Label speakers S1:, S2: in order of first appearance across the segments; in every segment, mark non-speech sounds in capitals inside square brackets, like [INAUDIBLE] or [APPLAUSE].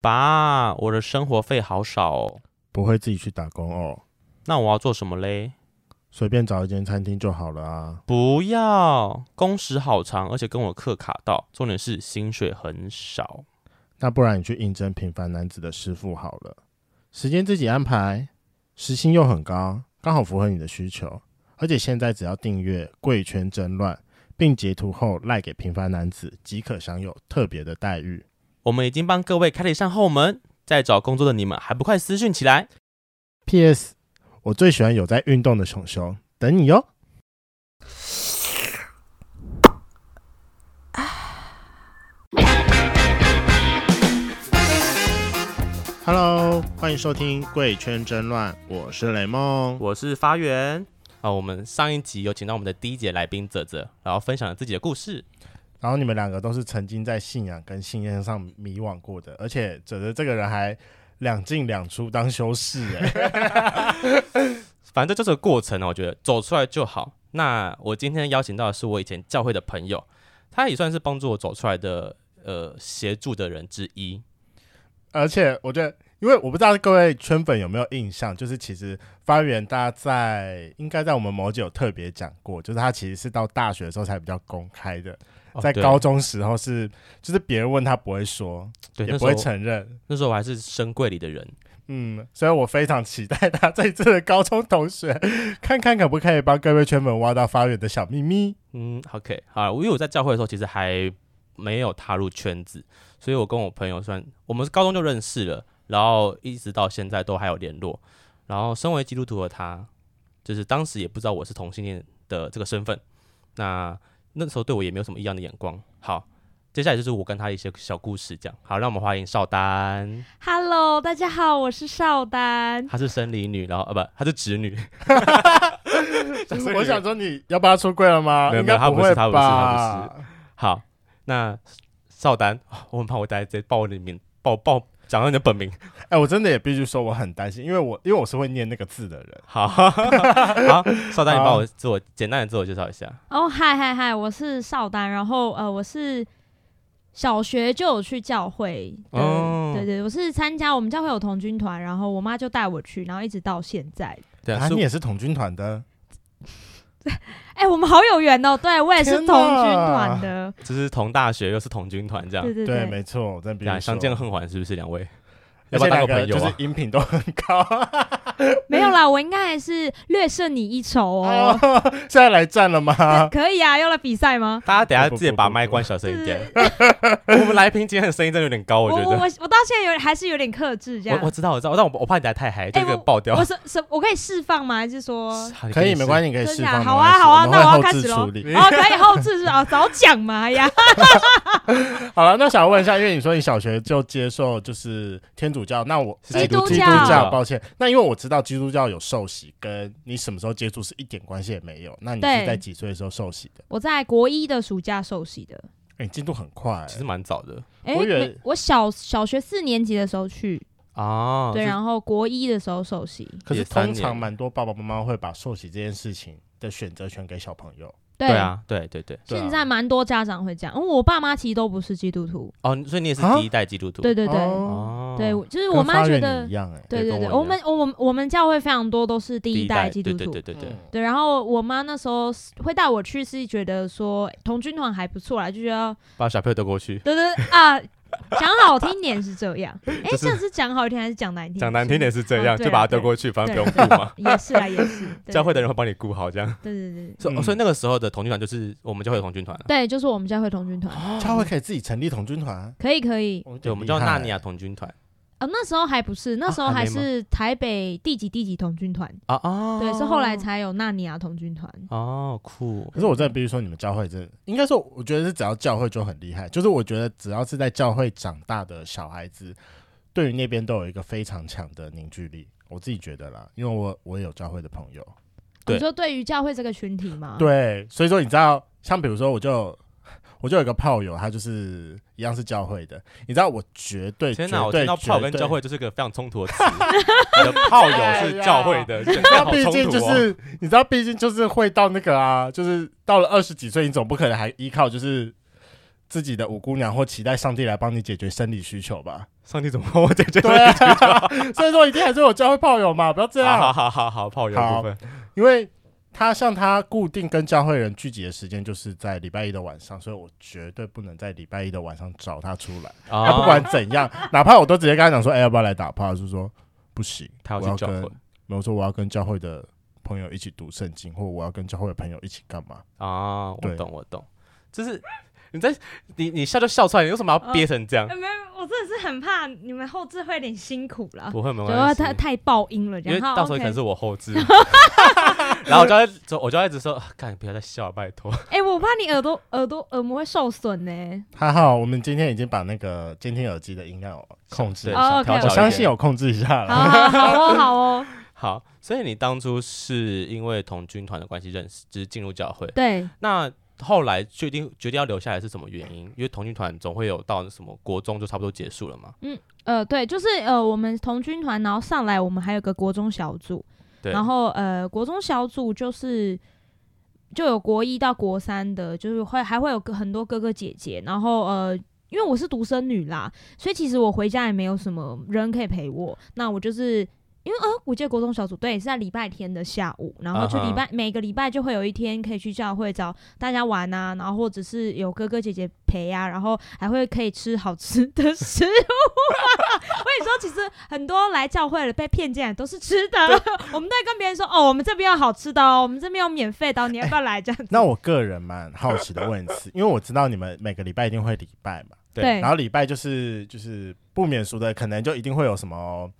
S1: 爸，我的生活费好少哦，
S2: 不会自己去打工哦，
S1: 那我要做什么嘞？
S2: 随便找一间餐厅就好了啊。
S1: 不要，工时好长，而且跟我课卡到，重点是薪水很少。
S2: 那不然你去应征平凡男子的师傅好了，时间自己安排，时薪又很高，刚好符合你的需求。而且现在只要订阅《贵圈争乱》，并截图后赖给平凡男子，即可享有特别的待遇。
S1: 我们已经帮各位开了一扇后门，在找工作的你们还不快私讯起来？
S2: P.S. 我最喜欢有在运动的熊熊，等你哦哟。Hello，欢迎收听《贵圈争乱》，我是雷梦。
S1: 我是发源。啊，我们上一集有请到我们的第一节来宾泽泽，然后分享了自己的故事。
S2: 然后你们两个都是曾经在信仰跟信念上迷惘过的，而且哲哲这个人还两进两出当修士、哎，
S1: 反正就是个过程啊，我觉得走出来就好。那我今天邀请到的是我以前教会的朋友，他也算是帮助我走出来的呃协助的人之一。
S2: 而且我觉得。因为我不知道各位圈粉有没有印象，就是其实发源大家在应该在我们某集有特别讲过，就是他其实是到大学的时候才比较公开的，
S1: 哦
S2: 在
S1: 对
S2: 高中时候是，就是别人问他不会说，
S1: 对
S2: 也
S1: 那
S2: 不
S1: 时
S2: 会
S1: 候
S2: 承认，
S1: 那时候我还是深柜里的人，
S2: 嗯，所以我非常期待他这一次的高中同学，看看可不可以帮各位圈粉挖到发源的小
S1: [LAUGHS]
S2: 秘密。
S1: 嗯，OK，好啦，因为我在教会的时候其实还没有踏入圈子，所以我跟我朋友算我们是高中就认识了，然后一直到现在都还有联络。然后身为基督徒的他，就是当时也不知道我是同性恋的这个身份，那那时候对我也没有什么异样的眼光。好，接下来就是我跟他的一些小故事，这样好，让我们欢迎邵丹，
S3: Hello，大家好，我是邵丹。
S1: 她是生理女，然后啊不，她是直女， [LAUGHS]
S2: 我想说你要帮他出柜了吗？
S1: 没有
S2: 应
S1: 没有
S2: 该
S1: 他不
S2: 会
S1: 是他不是
S2: 吧？
S1: 好，那邵丹， [LAUGHS] 我很怕我待在报你的名报报讲到你的本名。 [LAUGHS]
S2: 哎、我真的也必须说我很担心，因为我因为我是会念那个字的人。
S1: 好， [LAUGHS] 好，邵丹，你帮我自我简单的自我介绍一下。
S3: 哦，嗨嗨嗨，我是邵丹。然后呃，我是小学就有去教会的，
S1: 哦
S3: 对对，我是参加我们教会有童军团，然后我妈就带我去，然后一直到现在。
S1: 对
S2: 啊，你也是童军团的，
S3: 哎、我们好有缘哦！对我也是
S2: 天
S3: 童军
S2: 哪
S3: 团的，
S1: 就是同大学又是同军团这样
S3: 对，对
S2: 对，
S3: 对。
S2: 没错，我真的必须
S1: 两
S2: 说
S1: 相见恨晚是不是两位？要
S2: 而
S1: 不
S2: 且
S1: 要当
S2: 两
S1: 个
S2: 个
S1: 朋友
S2: 就是
S1: 啊？
S2: 音频都很
S3: [LAUGHS]
S2: 高。
S3: 没有啦，我应该还是略胜你一筹哦。
S2: [LAUGHS] 现在来战了
S1: 哎
S2: 吗？
S3: 可以啊，要来比赛吗？
S1: 大家等一下
S2: 不不
S1: 自己
S2: 不
S1: 把
S2: 不
S1: 麦
S2: 不
S1: 关小声一
S3: 对
S1: 点。我们来宾今天的声音真的有点高，
S3: 我
S1: 我觉
S3: 我
S1: 得。
S3: 我到现在有还是有点克制这样
S1: 我。啊我知道我知道，但我我怕你等下太嗨，就
S3: 哎
S1: 给
S3: 我
S1: 爆掉 [LAUGHS]
S3: 我。是是，我可以释放吗？还是说？
S2: [LAUGHS] 可以，没关
S1: 系。
S2: 系，你可以
S3: 真
S2: 释
S3: 的啊
S2: 放。
S3: 好
S2: 没关系
S3: 啊好啊
S2: 们
S3: 那
S2: 会
S3: 我要
S2: 后
S3: 开
S2: 置
S3: 始咯
S2: 处理。
S3: [LAUGHS] 哦，可以后置是啊，早讲嘛哎呀！
S2: 好了，那想问一下，因为你说你小学就接受就是天主教，那我
S1: 是
S3: 基
S2: [LAUGHS]
S3: 督
S2: 基督
S3: 教
S2: 教，抱歉。那因为我知道基督教有受洗，跟你什么时候接触是一点关系也没有。那你是
S3: 对
S2: 在几岁的时候受洗的？
S3: [LAUGHS] 我在国一的暑假受洗的。
S2: 哎、你进度很快、
S1: 其实蛮早的
S3: 哎、
S2: 我以为
S3: 没我小小学四年级的时候去，
S1: 啊。
S3: 对，
S1: 是
S3: 然后国一的时候受洗，
S2: 可是
S1: 也三
S2: 通常
S1: 年
S2: 蛮多爸爸妈妈会把受洗这件事情的选择权给小朋友。
S3: 对
S1: 对。啊，对对对。
S2: 对啊
S3: 现在蛮多家长会这样，因为我爸妈其实都不是基督徒，
S1: 哦，所以你也是
S2: 啊
S1: 第一代基督徒。
S3: 对对
S2: 哦，
S3: 对，
S1: 哦，
S3: 对，就是我妈
S2: 跟
S3: 觉
S2: 发
S3: 得
S2: 源你一，样哎、
S3: 对
S1: 对
S3: 对对，
S1: 跟我
S3: 我
S1: 一
S3: 们我们我们教会非常多都是第
S1: 第
S3: 一代基督徒，
S1: 对对对对对。
S3: 对，然后我妈那时候会带我去，是觉得说童军团还不错啦，就觉得
S1: 把小朋友丢过去，
S3: [LAUGHS] 对对啊，讲好听点是这样，哎，
S1: 就是
S3: 这样是讲好听还是讲难听？
S1: 讲难听点是这
S3: 嗯
S1: 样，
S3: 对
S1: 就
S3: 啊
S1: 把他丢
S3: 对
S1: 过去，反正不
S3: 对
S1: 用顾嘛。
S3: 也是啦，也
S1: [LAUGHS]
S3: 是对
S1: 教会的人会帮你顾好，这样。
S3: 对对对
S1: 所以、
S2: 嗯
S1: 所以那个时候的童军团就是我们教会的童军团了、
S3: 对，就是我们教会童军团，
S2: 教会可以自己成立童军团，啊
S3: 可以可以。
S1: 对，我们叫纳尼
S2: 亚。
S1: 亚童军团
S3: 呃，那时候还不是，那时候
S1: 啊还
S3: 还
S1: 没吗
S3: 是台北第几第几童军团，
S1: 啊啊
S3: 对，是后来才有纳尼亚童军团。
S1: 哦酷
S2: 可是我真的必须说，你们教会真的应该说，我觉得是只要教会就很厉害。就是我觉得只要是在教会长大的小孩子，对于那边都有一个非常强的凝聚力。我自己觉得啦，因为我我也有教会的朋友，
S3: 啊
S1: 对啊
S3: 你说对于教会这个群体嘛，
S2: 对，所以说你知道，像比如说我就。我就有一个炮友，他就是一样是教会的，你知道我绝对
S1: 天
S2: 绝
S1: 我
S2: 对
S1: 听到炮
S2: 绝
S1: 跟
S2: 对
S1: 教会就是个非常冲突的词，你的炮友是教会
S3: [LAUGHS]
S1: 的，
S3: 啊
S1: 真的
S2: 那
S1: 好
S2: 毕
S1: 冲
S2: 竟
S1: 突
S2: 就
S1: 哦。
S2: 是你知道，毕竟就是会到那个啊，就是到了二十几岁，你总不可能还依靠就是自己的五姑娘或期待上帝来帮你解决生理需求吧。
S1: 上帝怎么帮我解决？
S2: 对啊， [LAUGHS] 所以说一定还是有教会炮友嘛，不要这样。
S1: 好好好好，炮友部分，
S2: 因为他像他固定跟教会人聚集的时间就是在礼拜一的晚上，所以我绝对不能在礼拜一的晚上找他出来。
S1: 啊
S2: 他不管怎样，哪怕我都直接跟他讲说，哎、要不要来打炮？他就说不行，
S1: 他要
S2: 我
S1: 去
S2: 要
S1: 教
S2: 跟
S1: 会，
S2: 没有说我要跟教会的朋友一起读圣经，或我要跟教会的朋友一起干嘛？
S1: 啊，我
S2: 对
S1: 懂我懂，就是你在你你笑就笑出来，你为什么要憋成这
S3: [LAUGHS]
S1: 样？
S3: 哎没有，我真的是很怕你们后置会有点辛苦啦，
S1: 不会没
S3: 觉得
S1: 关系
S3: 太，太爆音了，
S1: 因为
S3: 然后
S1: 到时候
S3: OK
S1: 可能是我后
S3: [LAUGHS]
S1: 置，然后我就在走我就在一直说，啊干不要再笑了，拜
S2: [LAUGHS]
S1: 托。
S3: 哎、我怕你耳朵耳朵耳膜会受损呢、
S2: 还好，我们今天已经把那个监听耳机的音量有控制一
S3: 哦
S2: 下，
S3: ，OK，
S2: 我
S1: 我
S2: 相信有控制一下
S3: 好
S2: 了。
S3: 好好哦，好哦，
S1: 好，所以你当初是因为同军团的关系认识，就是进入教会。
S3: 对，
S1: 那后来决定决定要留下来是什么原因？因为同军团总会有到什么国中就差不多结束了嘛。
S3: 呃，对，就是呃，我们同军团，然后上来我们还有个国中小组，
S1: 对，
S3: 然后呃，国中小组就是就有国一到国三的，就是会还会有个很多哥哥姐姐，然后呃。因为我是独生女啦，所以其实我回家也没有什么人可以陪我。那我就是因为呃，我记得国中小组对是在礼拜天的下午，然后就
S1: 啊哈
S3: 礼拜、每个礼拜就会有一天可以去教会找大家玩啊，然后或者是有哥哥姐姐陪啊，然后还会可以吃好吃的食物、啊。我跟你说，其实很多来教会的被骗进来都是吃的， [LAUGHS] 我们都会跟别人说哦，我们这边有好吃的哦，我们这边有免费的哦、你要不要来？这样子。
S2: 那我个人蛮好奇的问一
S3: [LAUGHS]
S2: 次，因为我知道你们每个礼拜一定会礼拜嘛，
S3: 对
S2: 然后礼拜就是就是不免俗的，可能就一定会有什么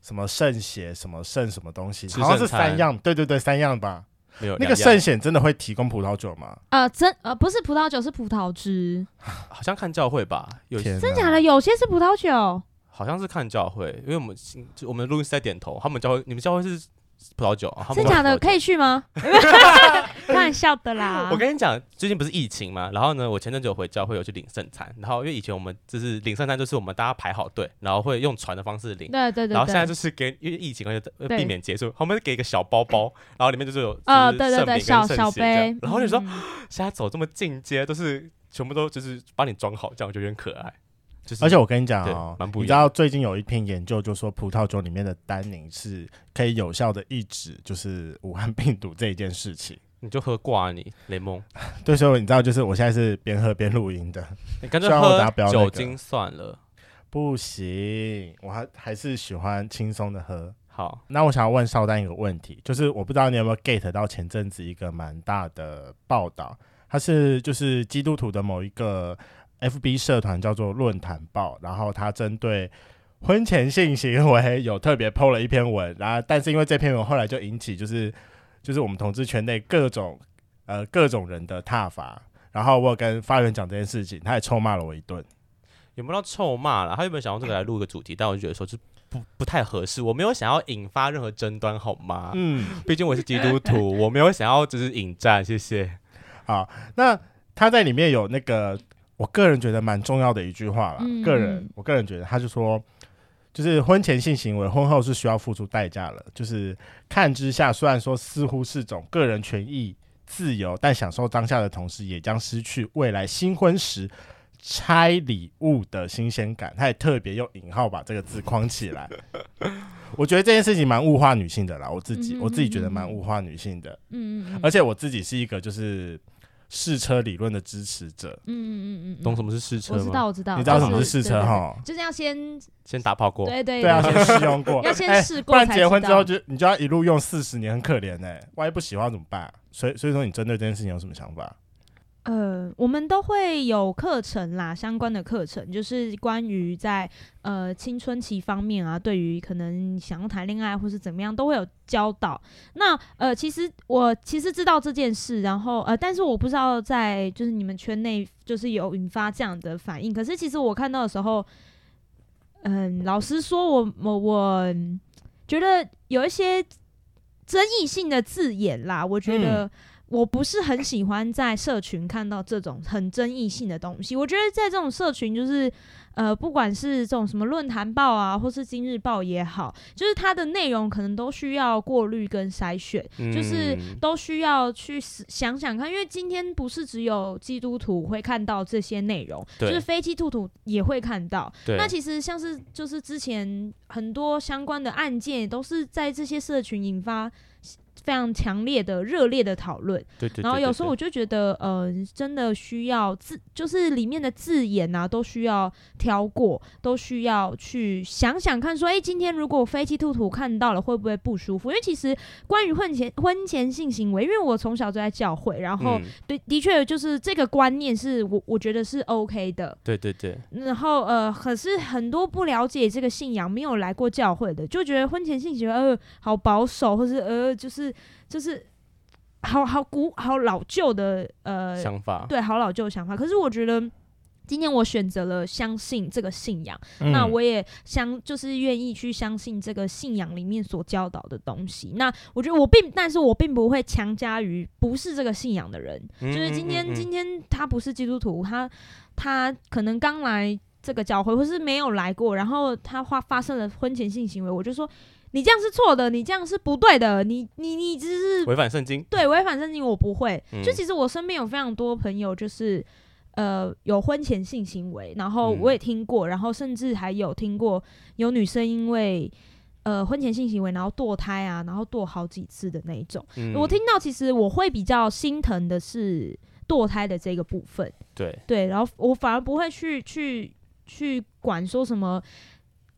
S2: 什么圣血、什么圣什么东西，
S1: 吃
S2: 好像是
S1: 圣餐
S2: 三样，对对对，三样吧。
S1: 没有
S2: 那
S1: 两
S2: 个
S1: 样
S2: 圣血真的会提供葡萄酒吗？
S3: 呃，真呃不是葡萄酒，是葡萄汁，
S1: 好像看教会吧，有
S2: 天哪，
S3: 真假的？有些是葡萄酒，
S1: 好像是看教会，因为我们新就我们录音是在点头，他们教会你们教会是葡萄酒，啊他们
S3: 真假 [LAUGHS] 的？可啊
S1: 以。
S3: 以去吗？开玩笑的啦
S1: 我。跟你讲，最近不是疫情嘛，然后呢，我前阵子有回教会有去领圣餐，然后因为以前我们就是领圣餐，就是我们大家排好队，然后会用传的方式领，
S3: 对对对
S1: 然后现在
S3: 对，
S1: 就是给，因为疫情而且呃
S3: 对
S1: 避免结束，他们给一个小包包，然后里面就是有
S3: 呃
S1: 就
S3: 对
S1: 是
S3: 对
S1: 圣
S3: 对，
S1: 饼
S3: 小
S1: 跟
S3: 小
S1: 圣血这
S3: 杯
S1: 样，然后你说
S3: 嗯
S1: 现在走这么进阶，都是全部都就是帮你装好，这样我觉得有点可爱，就是
S2: 而且我跟你讲
S1: 对
S2: 哦，
S1: 蛮不
S2: 你
S1: 一
S2: 知
S1: 样
S2: 道最近有一篇研究就说葡萄酒里面的单宁是可以有效的抑制就是武汉病毒这一件事情。
S1: 你就喝挂啊你雷蒙，
S2: 对，所以你知道就是我现在是边喝边录音的，
S1: 你干脆
S2: 虽然我
S1: 喝
S2: 等下不要那个
S1: 酒精算了。
S2: 不行，我还还是喜欢轻松的喝。
S1: 好，
S2: 那我想要问邵丹一个问题，就是我不知道你有没有 get 到前阵子一个蛮大的报道，它是就是基督徒的某一个 FB 社团叫做论坛报，然后它针对婚前性行为 [LAUGHS] 有特别 PO 了一篇文，然后但是因为这篇文后来就引起就是就是我们统治圈内各种呃各种人的挞伐，然后我有跟发源讲这件事情，他也臭骂了我一顿。
S1: 有没有到臭骂了？他原本想用这个来录一个主题，但我就觉得说这不不太合适，我没有想要引发任何争端，好吗？
S2: 嗯，
S1: 毕竟我是基督
S3: [LAUGHS]
S1: 徒，我没有想要就是引战，谢谢。
S2: 好，那他在里面有那个，我个人觉得蛮重要的一句话啦。
S3: 嗯
S2: 个人
S3: 嗯，
S2: 我个人觉得，他就说，就是婚前性行为，婚后是需要付出代价了。就是看之下，虽然说似乎是种个人权益自由，但享受当下的同时，也将失去未来新婚时。拆礼物的新鲜感，他也特别用引号把这个字框起来。我觉得这件事情蛮物化女性的啦，我自己、
S3: 嗯哼
S2: 我自己觉得
S3: 嗯哼
S2: 蛮物化女性的。
S3: 嗯嗯嗯，
S2: 而且我自己是一个就是试车理论的支持者，
S3: 嗯嗯嗯嗯，
S1: 懂
S3: 么？
S1: 什么是试车
S3: 我
S1: 吗？
S3: 知道，我知道，
S2: 你知道什么
S3: 就是
S2: 试车？哈？
S3: 对对对就是要先
S1: 先打炮过，
S3: 对对
S2: 对啊，先试用过，
S3: [LAUGHS] 要先
S2: 哎
S3: 试
S2: 不
S3: 过
S2: 然
S3: 才知道
S2: 结婚之后就你就要一路用四十年，很可怜哎。万一不喜欢怎么办？所以所以说，你针对这件事情有什么想法？
S3: 呃，我们都会有课程啦，相关的课程就是关于在呃青春期方面啊，对于可能想要谈恋爱或是怎么样，都会有教导。那呃，其实我其实知道这件事，然后呃，但是我不知道在就是你们圈内就是有引发这样的反应。可是其实我看到的时候，嗯，老实说我，我我觉得有一些争议性的字眼啦，我觉得我不是很喜欢在社群看到这种很争议性的东西。我觉得在这种社群，就是呃，不管是这种什么论坛报啊，或是今日报也好，就是它的内容可能都需要过滤跟筛选，就是
S1: 嗯
S3: 都需要去思想想看，因为今天不是只有基督徒会看到这些内容，就
S1: 对
S3: 是非基督徒也会看到。
S1: 对，
S3: 那其实像是就是之前很多相关的案件，也都是在这些社群引发非常强烈的、热烈的讨论。
S1: 对对对
S3: 然后
S1: 对
S3: 有时候
S1: 对
S3: 我就觉得，呃，真的需要字，就是里面的字眼啊，都需要挑过，都需要去想想看，说，哎、今天如果飞机兔兔看到了，会不会不舒服？因为其实关于婚前婚前性行为，因为我从小就在教会，然后、
S1: 嗯
S3: 对，的确就是这个观念是我我觉得是 OK 的，
S1: 对对对，
S3: 然后呃，可是很多不了解这个信仰、没有来过教会的，就觉得婚前性行为呃好保守，或是呃就是就是好好古好老旧的呃
S1: 想法
S3: 对好老旧的想法。可是我觉得。今天我选择了相信这个信仰，那
S2: 嗯
S3: 我也相就是愿意去相信这个信仰里面所教导的东西。那我觉得我并，但是我并不会强加于不是这个信仰的人，
S1: 就
S3: 就是今
S1: 嗯
S3: 天，今天他不是基督徒，他他可能刚来这个教会，或是没有来过，然后他发发生了婚前性行为，我就说你这样是错的，你这样是不对的，你你你只是
S1: 违反圣经，
S3: 对违反圣经，我不会。
S1: 嗯
S3: 就其实我身边有非常多朋友，就是呃有婚前性行为，然后
S1: 嗯
S3: 我也听过，然后甚至还有听过有女生因为呃婚前性行为，然后堕胎啊，然后堕好几次的那一种。
S1: 嗯
S3: 我听到，其实我会比较心疼的是堕胎的这个部分，
S1: 对
S3: 对，然后我反而不会去去去管说什么。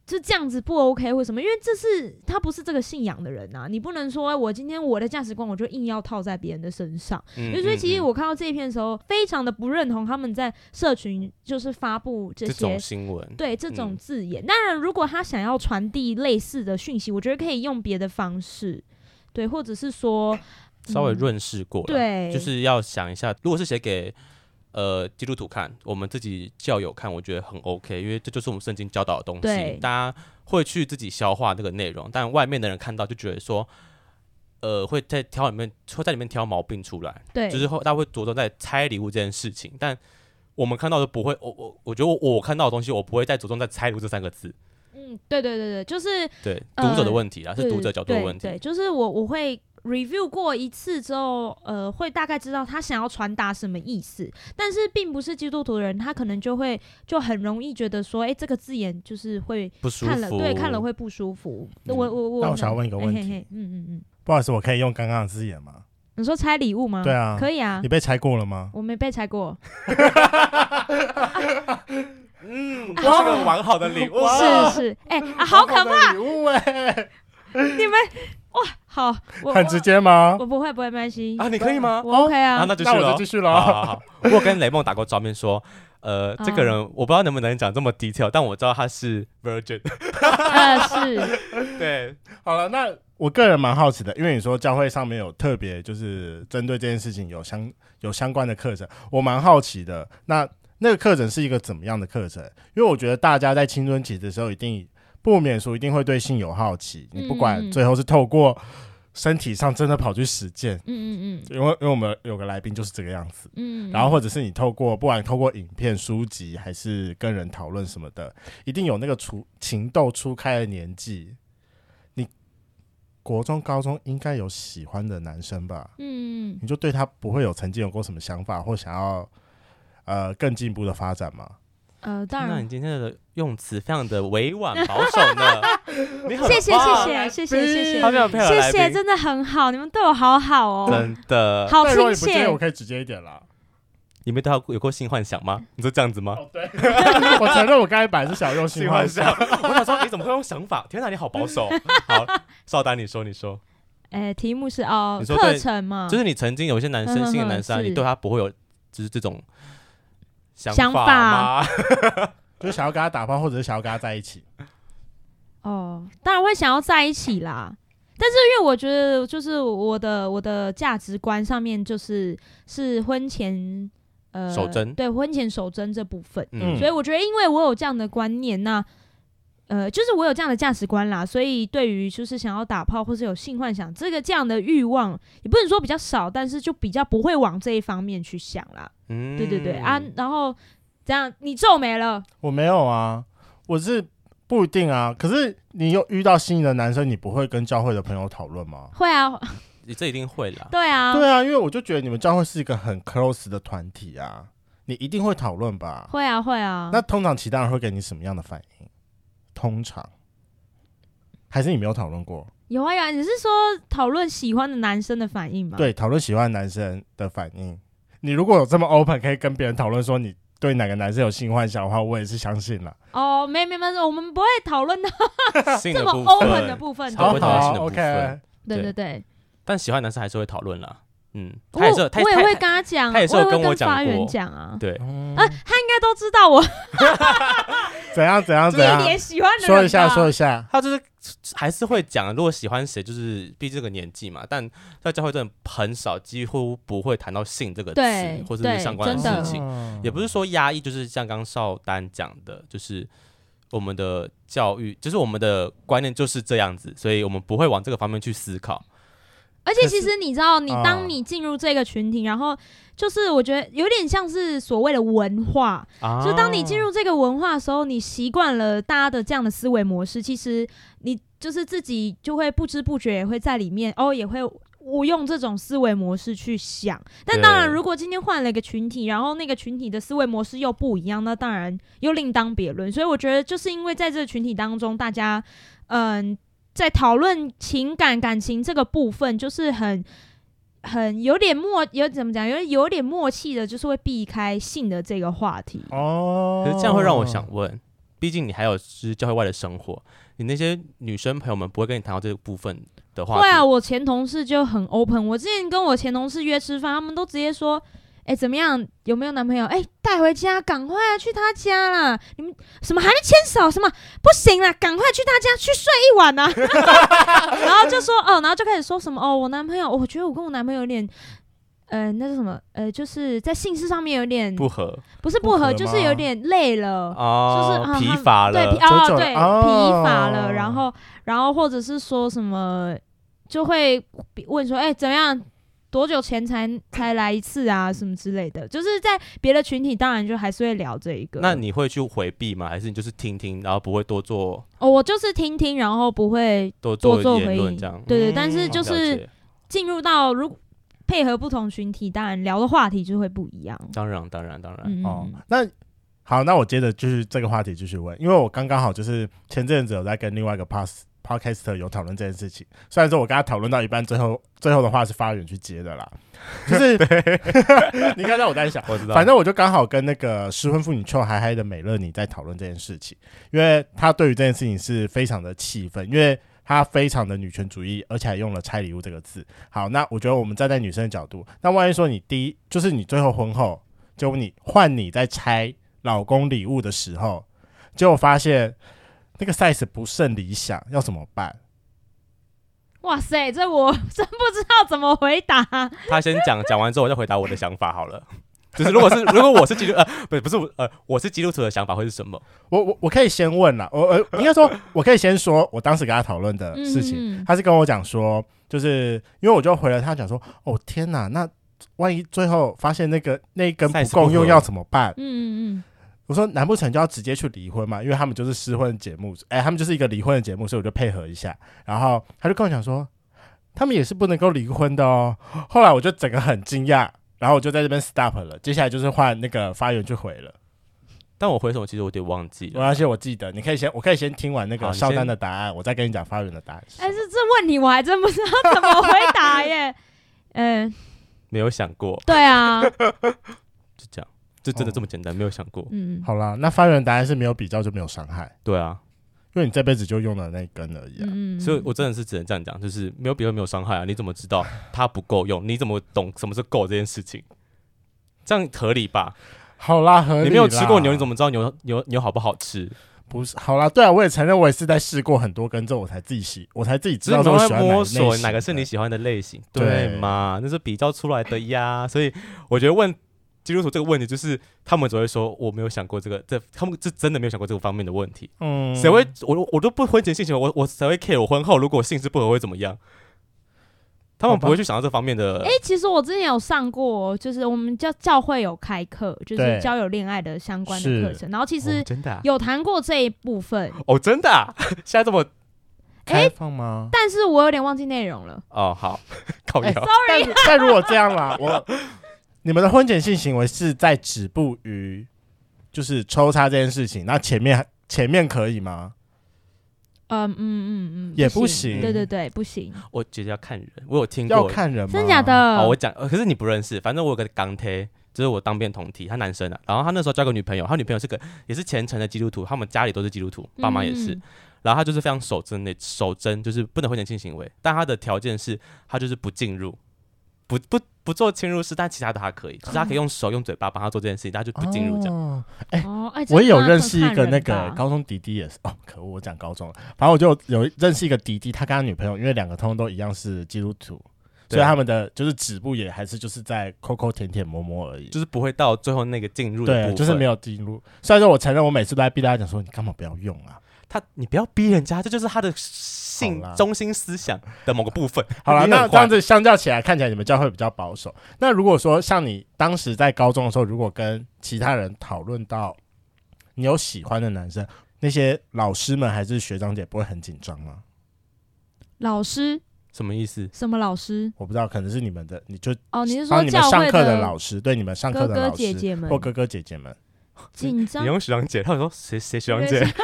S3: 就这样子不 OK 或什么，因为这是他不是这个信仰的人啊，你不能说哎我今天我的价值观我就硬要套在别人的身上，
S1: 嗯
S3: 所以
S1: 嗯
S3: 其实
S1: 嗯
S3: 我看到这一篇的时候，非常的不认同他们在社群就是发布这
S1: 这
S3: 些
S1: 种新闻，
S3: 对这种
S1: 嗯
S3: 字眼。当然，如果他想要传递类似的讯息，我觉得可以用别的方式，对，或者是说
S1: 稍微
S3: 嗯
S1: 润饰过了，
S3: 对，
S1: 就是要想一下，如果是写给呃基督徒看，我们自己教友看，我觉得很 OK，因为这就是我们圣经教导的东
S3: 对
S1: 西，大家会去自己消化这个内容，但外面的人看到就觉得说，呃，会在挑里面会在里面挑毛病出来，
S3: 对，
S1: 就是后大家会着重在拆礼物这件事情，但。我们看到的不会，我我我觉得我我看到的东西，我不会再着重在“拆礼物”这三个字，
S3: 嗯，对对对对，就是
S1: 对读
S3: 呃
S1: 者的问题啦，是读者角度的
S3: 对
S1: 问题
S3: 对，，就是我我会 review 过一次之后，呃，会大概知道他想要传达什么意思。但是并不是基督徒的人，他可能就会就很容易觉得说，哎、这个字眼就是会
S1: 不舒
S3: 看了
S1: 服。
S3: 对看了会不舒服。
S1: 嗯
S3: 我我我，
S2: 那我想要问一个问
S3: 嘿嘿
S2: 题
S3: 嘿，嗯嗯嗯，
S2: 不好意思，我可以用刚刚的字眼吗？
S3: 你说拆礼物吗？
S2: 对啊
S3: 可以啊
S2: 你。被拆过了吗？
S3: 我没被
S2: [LAUGHS]
S3: 拆过，
S1: 嗯，这是个完好的礼物，
S3: 是是，哎、啊，
S2: [LAUGHS]
S3: 好可怕！
S2: 怕！礼物哎，
S3: 你们哇，好，我
S2: 很直接吗
S3: 我，？我不会不会没关系，
S1: 啊，你可以吗？
S3: 我 OK 啊，
S1: 啊，那就
S2: 那
S1: 去
S2: 我
S1: 了
S2: 就继。续
S1: 好
S2: 了。
S1: 好好，我有跟雷梦打过照面，说，呃，这个人
S3: 啊
S1: 我不知道能不能讲这么 detail，但我知道他是 virgin。
S3: 呃是，
S1: [LAUGHS] 对，
S2: 好了，那我个人蛮好奇的，因为你说教会上面有特别就是针对这件事情有相有相关的课程，我蛮好奇的。那那个课程是一个怎么样的课程？因为我觉得大家在青春期的时候，一定不免俗，一定会对性有好奇。你不管
S3: 嗯
S2: 最后是透过身体上真的跑去实践，
S3: 嗯嗯嗯
S2: 因为因为我们有个来宾就是这个样子。
S3: 嗯，
S2: 然后或者是你透过不管透过影片、书籍，还是跟人讨论什么的，一定有那个初情窦初开的年纪。你国中、高中应该有喜欢的男生吧？
S3: 嗯，
S2: 你就对他不会有曾经有过什么想法，或想要呃更进一步的发展吗？
S3: 呃，当
S1: 那你
S3: 然，
S1: 今天的用词非常的委婉保守 [LAUGHS] 呢，你很
S3: 谢谢
S1: 棒
S3: 谢谢谢谢谢谢
S1: 他非常配合
S3: 谢
S1: 来
S3: 谢，
S1: 宾，
S3: 真的很好，你们对我好好哦，
S1: 真的。
S3: 好
S2: 但如果
S3: 亲
S2: 你不介意，
S3: 切
S2: 我，可以直接一点啦。 [LAUGHS]
S1: 你们都有有过性幻想吗？你说这样子吗？
S3: [LAUGHS]
S2: 哦，对，我承认我刚才本来是想用 [LAUGHS] 性幻想，，
S1: [LAUGHS] 我想说你怎么会用想法？天哪，你好保
S3: [LAUGHS]
S1: 守。好，邵丹，你说，你说，
S3: 哎，题目是哦
S1: 你，说
S3: 课
S1: 对
S3: 程嘛，
S1: 就是你曾经有一些男生
S3: 嗯
S1: 性的
S3: 嗯
S1: 男生啊，
S3: 是
S1: 你对他不会有就是这种想
S3: 想
S1: 法
S3: 法
S1: 吗？
S2: 就是想要跟他打炮，或者是想要跟他在一起。
S3: 哦，当然会想要在一起啦。但是因为我觉得，就是我的我的价值观上面，就是是婚前呃
S1: 守贞
S3: 对婚前守贞这部分，
S1: 嗯
S3: 所以我觉得，因为我有这样的观念，那呃，就是我有这样的价值观啦，所以对于就是想要打炮或是有性幻想这个这样的欲望，也不能说比较少，但是就比较不会往这一方面去想啦。
S1: 嗯
S3: 对对对、啊，然后这样你皱眉了，
S2: 我没有啊，我是不一定啊。可是你有遇到心仪的男生，你不会跟教会的朋友讨论吗？
S3: 会啊，
S1: 你这一定会
S3: [LAUGHS]
S1: 啦。
S3: 对啊，
S2: 对啊，因为我就觉得你们教会是一个很 close 的团体啊，你一定会讨论吧？
S3: 会啊，会啊。
S2: 那通常其他人会给你什么样的反应？通常还是你没有讨论过？
S3: 有啊有啊，你是说讨论喜欢的男生的反应吗？，
S2: 对，讨论喜欢的男生的反应。你如果有这么 open，可以跟别人讨论说你对哪个男生有性幻想的话，我也是相信了。
S3: 哦，没没没，我们不会讨论到
S1: 性
S3: 这
S1: [LAUGHS] 的
S3: 么
S1: 部
S3: open 的
S1: 分，
S3: 部分。
S1: 好
S3: 对
S1: 会讨论性的部分
S2: ，OK。
S3: 对
S1: 对
S3: 对对，
S1: 但喜欢的男生还是会讨论啦。嗯，
S3: 我
S1: 他也是有，他
S3: 我也
S1: 他
S3: 会跟他讲，
S1: 他也是有
S3: 我
S1: 跟
S3: 也
S1: 我
S3: 会跟
S1: 讲
S3: 发源
S1: 过
S3: 讲啊，
S1: 对，
S2: 嗯
S3: 啊他应该都知道我
S2: 怎样怎样
S3: 一
S2: 怎样？
S3: 点喜欢的人吧。
S2: 说一下，说一下。
S1: 他就是还是会讲，如果喜欢谁，就是毕竟这个年纪嘛。但在教会真的很少，几乎不会谈到性这个
S3: 对
S1: 词，或者
S3: 对
S1: 是相关
S3: 真的
S1: 事情。
S2: 哦
S1: 也不是说压抑，就是像刚邵丹讲的，就是我们的教育，就是我们的观念就是这样子，所以我们不会往这个方面去思考。
S3: 而且
S2: 可
S3: 其
S2: 是
S3: 实你知道，你
S2: 啊
S3: 当你进入这个群体，然后就是我觉得有点像是所谓的文化，
S1: 啊
S3: 就当你进入这个文化的时候，你习惯了大家的这样的思维模式，其实你就是自己就会不知不觉也会在里面，哦，也会。我用这种思维模式去想，但当然，
S1: 对
S3: 如果今天换了一个群体，然后那个群体的思维模式又不一样，那当然又另当别论。所以我觉得，就是因为在这个群体当中，大家嗯，在讨论情感感情这个部分，就是很很有点默，有怎么讲，有有点默契的，就是会避开性的这个话题。
S2: 哦，
S1: 可是这样会让我
S3: 哦
S1: 想问，毕竟你还有是教会外的生活，你那些女生朋友们不会跟你谈到这个部分的话题，
S3: 会啊，我前同事就很 open。我之前跟我前同事约吃饭，他们都直接说：“哎、怎么样？有没有男朋友？哎、带回家，赶快啊，去他家啦！你们什么还在牵手？什么不行啦，赶快去他家去睡一晚啊！”然后就说哦，然后就开始说什么哦，我男朋友，我觉得我跟我男朋友有点。呃，那是什么？呃，就是在性事上面有点
S1: 不合
S3: 不是不
S2: 不
S3: 合，
S2: 合
S3: 就是
S2: 吗
S3: 有点累了。
S1: 哦，
S3: 就是啊
S1: 疲乏
S3: 对，
S1: 了
S3: 疲，哦，
S2: 久久了
S3: 对，
S2: 哦
S3: 疲乏了，然后，然后或者是说什么，就会比问说，哎、怎么样？多久前才才来一次啊？什么之类的，就是在别的群体，当然就还是会聊这一个。
S1: 那你会去回避吗？还是你就是听听，然后不会多做
S3: 哦，我就是听听，然后不会
S1: 多
S3: 多做
S1: 言
S3: 回
S1: 论
S3: 应
S1: 这样？
S3: 对对
S2: 嗯
S3: 但是
S1: 嗯
S3: 就
S1: 了
S3: 是
S1: 解
S3: 进入到如配合不同群体，当然聊的话题就会不一样。
S1: 当然当然当然，
S3: 嗯，
S2: 哦
S3: 嗯，
S2: 那好，那我接着就是这个话题继续问，因为我刚刚好就是前阵子有在跟另外一个 pass。Podcaster 有讨论这件事情，虽然说我跟他讨论到一半，最后最后的话是发源去接的啦，就是你看到我在想，
S1: 我知道，
S2: 啊反正我就刚好跟那个失婚妇女臭嗨嗨的美乐你在讨论这件事情，因为她对于这件事情是非常的气愤，因为她非常的女权主义，而且还用了“拆礼物”这个字。好，那我觉得我们站在女生的角度，那万一说你第一就是你最后婚后，结果你换你在拆老公礼物的时候，结果发现那个 size 不甚理想，要怎么办？
S3: 哇塞，这我 [LAUGHS] 真不知道怎么回答。
S1: 他先讲，讲完之后我再回答我的想法好了。 [LAUGHS] 就是如果是如果我是基督呃不是不是我呃我是基督徒的想法会是什么？
S2: 我我我可以先问啦，我呃应该说我可以先说我当时跟他讨论
S1: 呃
S2: 的事情。
S3: 嗯，嗯嗯
S2: 他是跟我讲说，就是因为我就回了他讲说，哦天哪，那万一最后发现那个那一根不
S1: size
S2: 够
S1: 不
S2: 用
S1: 合
S2: 要怎么办？
S3: 嗯嗯
S2: 我说难不成就要直接去离婚嘛？因为他们就是失婚节目，哎、他们就是一个离婚的节目，所以我就配合一下。然后他就跟我讲说，他们也是不能够离婚的哦。后来我就整个很惊讶，然后我就在这边 stop 了。接下来就是换那个发言去回了，
S1: 但我回什么其实我有点忘记
S2: 没
S1: 了。
S2: 关系，我记得。你可以先，我可以先听完那
S1: 好
S2: 个
S1: 你
S2: 邵
S1: 先
S2: 丹的答案，我再跟你讲发言的答案是什
S3: 哎、
S2: 么。
S3: 这这问题我还真不知道怎么回答耶。 [LAUGHS] 嗯、
S1: 没有想过，
S3: 对啊，
S1: 就这样，就真的
S2: 哦
S1: 这么简单，没有想过。
S3: 嗯，
S2: 好啦，那发言的答案是没有比较就没有伤害。
S1: 对啊，
S2: 因为你这辈子就用了那一根而已、啊。
S3: 嗯，嗯
S1: 所以我真的是只能这样讲，就是没有比较没有伤害啊。你怎么知道它不够用？你怎么懂什么是够这件事情？这样合理吧？
S2: 好啦，合理啦
S1: 你没有吃过牛，你怎么知道牛牛牛好不好吃？
S2: 不是？好啦，对啊，我也承认，我也是在试过很多根之后，我才自己喜，我才自己知
S1: 只是
S2: 道
S1: 你
S2: 说我
S1: 会
S2: 喜欢
S1: 摸
S2: 哪
S1: 索
S2: 类型
S1: 哪个是你
S2: 的
S1: 喜欢的类型，
S2: 对
S1: 对嘛？那是比较出来的呀。所以我觉得问基督徒这个问题，就是他们只会说我没有想过这个，这他们是真的没有想过这个方面的问题。
S2: 嗯
S1: 谁会我我都不婚前性行为，我我谁会 care 我婚后如果性质不合会怎么样？他们
S2: 好吧
S1: 不会去想到这方面的。
S3: 哎、其实我之前有上过，就是我们教教会有开课，就是
S2: 对
S3: 交友恋爱的相关的
S2: 是
S3: 课程，然后其
S1: 哦
S3: 实
S1: 真的啊
S3: 有谈过这一部分，
S1: 哦，真的啊， [LAUGHS] 现在这么
S2: 开放吗？
S3: 但是我有点忘记内容了。
S1: 哦好， [LAUGHS] 靠
S2: 哎
S1: 腰
S2: 但但如果这样啦，我你们的婚前性行为是在止步于就是抽插这件事情，那前面前面可以吗？
S3: 嗯嗯嗯嗯，
S2: 也不
S3: 行。
S2: 行
S3: 对对对，不行，
S1: 我觉得要看人，我有听
S2: 要
S1: 过，
S2: 看人吗？
S3: 真假？的？
S2: 啊
S1: 哦，我讲、呃可是你不认识，反正我有个港铁，就是我当变同体，他男生啊，然后他那时候交个女朋友，他女朋友是个也是虔诚的基督徒，他们家里都是基督徒，爸妈也是，
S3: 嗯
S1: 然后他就是非常守贞的，守贞就是不能婚前性行为，但他的条件是他就是不进入，不不不做侵入式，但其他的他可以，就是他可以用手用嘴巴帮他做这件事情，但他就不进入这样。
S2: 哦
S3: 哦，哎、
S2: 我也有
S3: 这个
S2: 认识一个那
S3: 看
S2: 个
S3: 人吧
S2: 高中弟弟也是哦，可恶，我讲高中了。反正我就有认识一个弟弟，他跟他女朋友，因为两个通通都一样是基督徒，
S1: 对啊
S2: 所以他们的就是止步也还是就是在抠抠舔舔摸摸而已，
S1: 就是不会到最后那个进入的部
S2: 对，
S1: 分，
S2: 就是没
S1: 有
S2: 有进入。虽然说我承认我每次都在逼大家讲说你干嘛不要用啊，
S1: 他，你不要逼人家，这就是他的性
S2: 好啦
S1: 中心思想的某个部分。
S2: 好了，
S1: 你很
S2: 那这
S1: 坏
S2: 样子相较起来，看起来你们教会比较保守。那如果说像你当时在高中的时候，如果跟其他人讨论到你有喜欢的男生，那些老师们还是学长姐不会很紧张吗？
S3: 老师，
S1: 什么意思？
S3: 什么老师？
S2: 我不知道，可能是你们的，你就
S3: 哦，你是说
S2: 帮你们
S3: 教
S2: 上
S3: 会
S2: 课的老师，对你们上课
S3: 哥
S2: 的
S3: 哥
S2: 老
S3: 姐
S2: 师
S3: 姐们
S2: 或哥哥姐姐们。 [LAUGHS]
S3: 紧张
S1: 你？用学长姐，他们说谁谁学长
S3: 对
S1: 姐？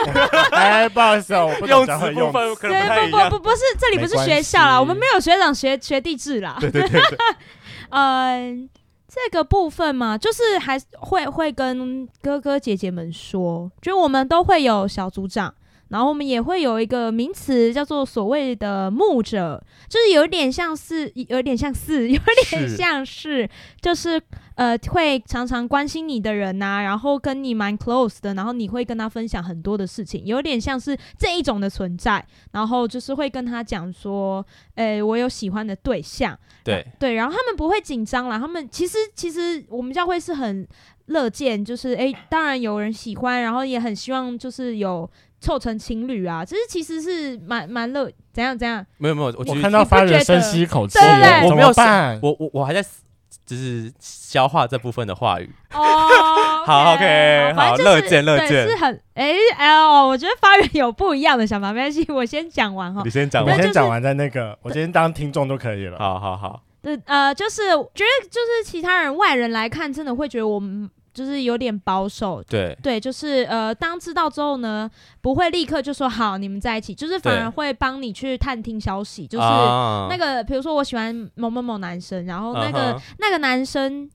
S2: 哎，不好意思哦，我不懂
S1: 用
S2: 教
S1: 词
S2: 会
S1: 部
S2: 用
S1: 分可能不太
S3: 对，
S1: 一
S3: 不
S1: 样。
S3: 不不不是，这里不是学校
S2: 没关
S3: 啦，
S2: 系
S3: 我们没有学长学学地质啦。
S1: 对对对对，
S3: [LAUGHS] 嗯，这个部分嘛，就是还是会会跟哥哥姐姐们说，就我们都会有小组长，然后我们也会有一个名词叫做所谓的牧者，就是有点像是，有点像是，有点
S1: 是
S3: 像是，就是呃会常常关心你的人呐、然后跟你蛮 close 的，然后你会跟他分享很多的事情，有点像是这一种的存在，然后就是会跟他讲说，诶、我有喜欢的对象。
S1: 对，
S3: 对，然后他们不会紧张啦，他们其实其实我们教会是很乐见，就是诶，当然有人喜欢，然后也很希望就是有凑成情侣啊，这是其实是蛮蛮乐，怎样怎样，
S1: 没有没有，我
S2: 我
S1: 觉得
S2: 看到
S3: 你不
S2: 发人
S3: 觉
S2: 深
S3: 得
S2: 吸一口气
S3: 对
S2: 耶，
S1: 我
S2: 怎
S1: 没有
S2: 么办？
S1: 我我我还在思就是消化这部分的话语。 [LAUGHS]
S3: 哦
S1: 好，OK，
S3: 反
S1: 好
S3: 正就是
S1: 乐见乐
S3: 对
S1: 见
S3: 是很哎哎哦，我觉得发源有不一样的想法，没关系，我先讲完哈
S1: 你。先讲
S2: 我
S3: 那
S1: 完
S3: 就，
S2: 先
S3: 是
S2: 讲完再那个，我今天当听众就可以了。
S1: 好好好，
S3: 对，呃，就是觉得就是其他人外人来看，真的会觉得我们就是有点保守，
S1: 对
S3: 对，就是呃，当知道之后呢，不会立刻就说好你们在一起，就是反
S1: 对
S3: 而会帮你去探听消息，就是
S1: 啊
S3: 那个，比如说我喜欢某某某男生，然后那个、
S1: 嗯哼
S3: 那个男生，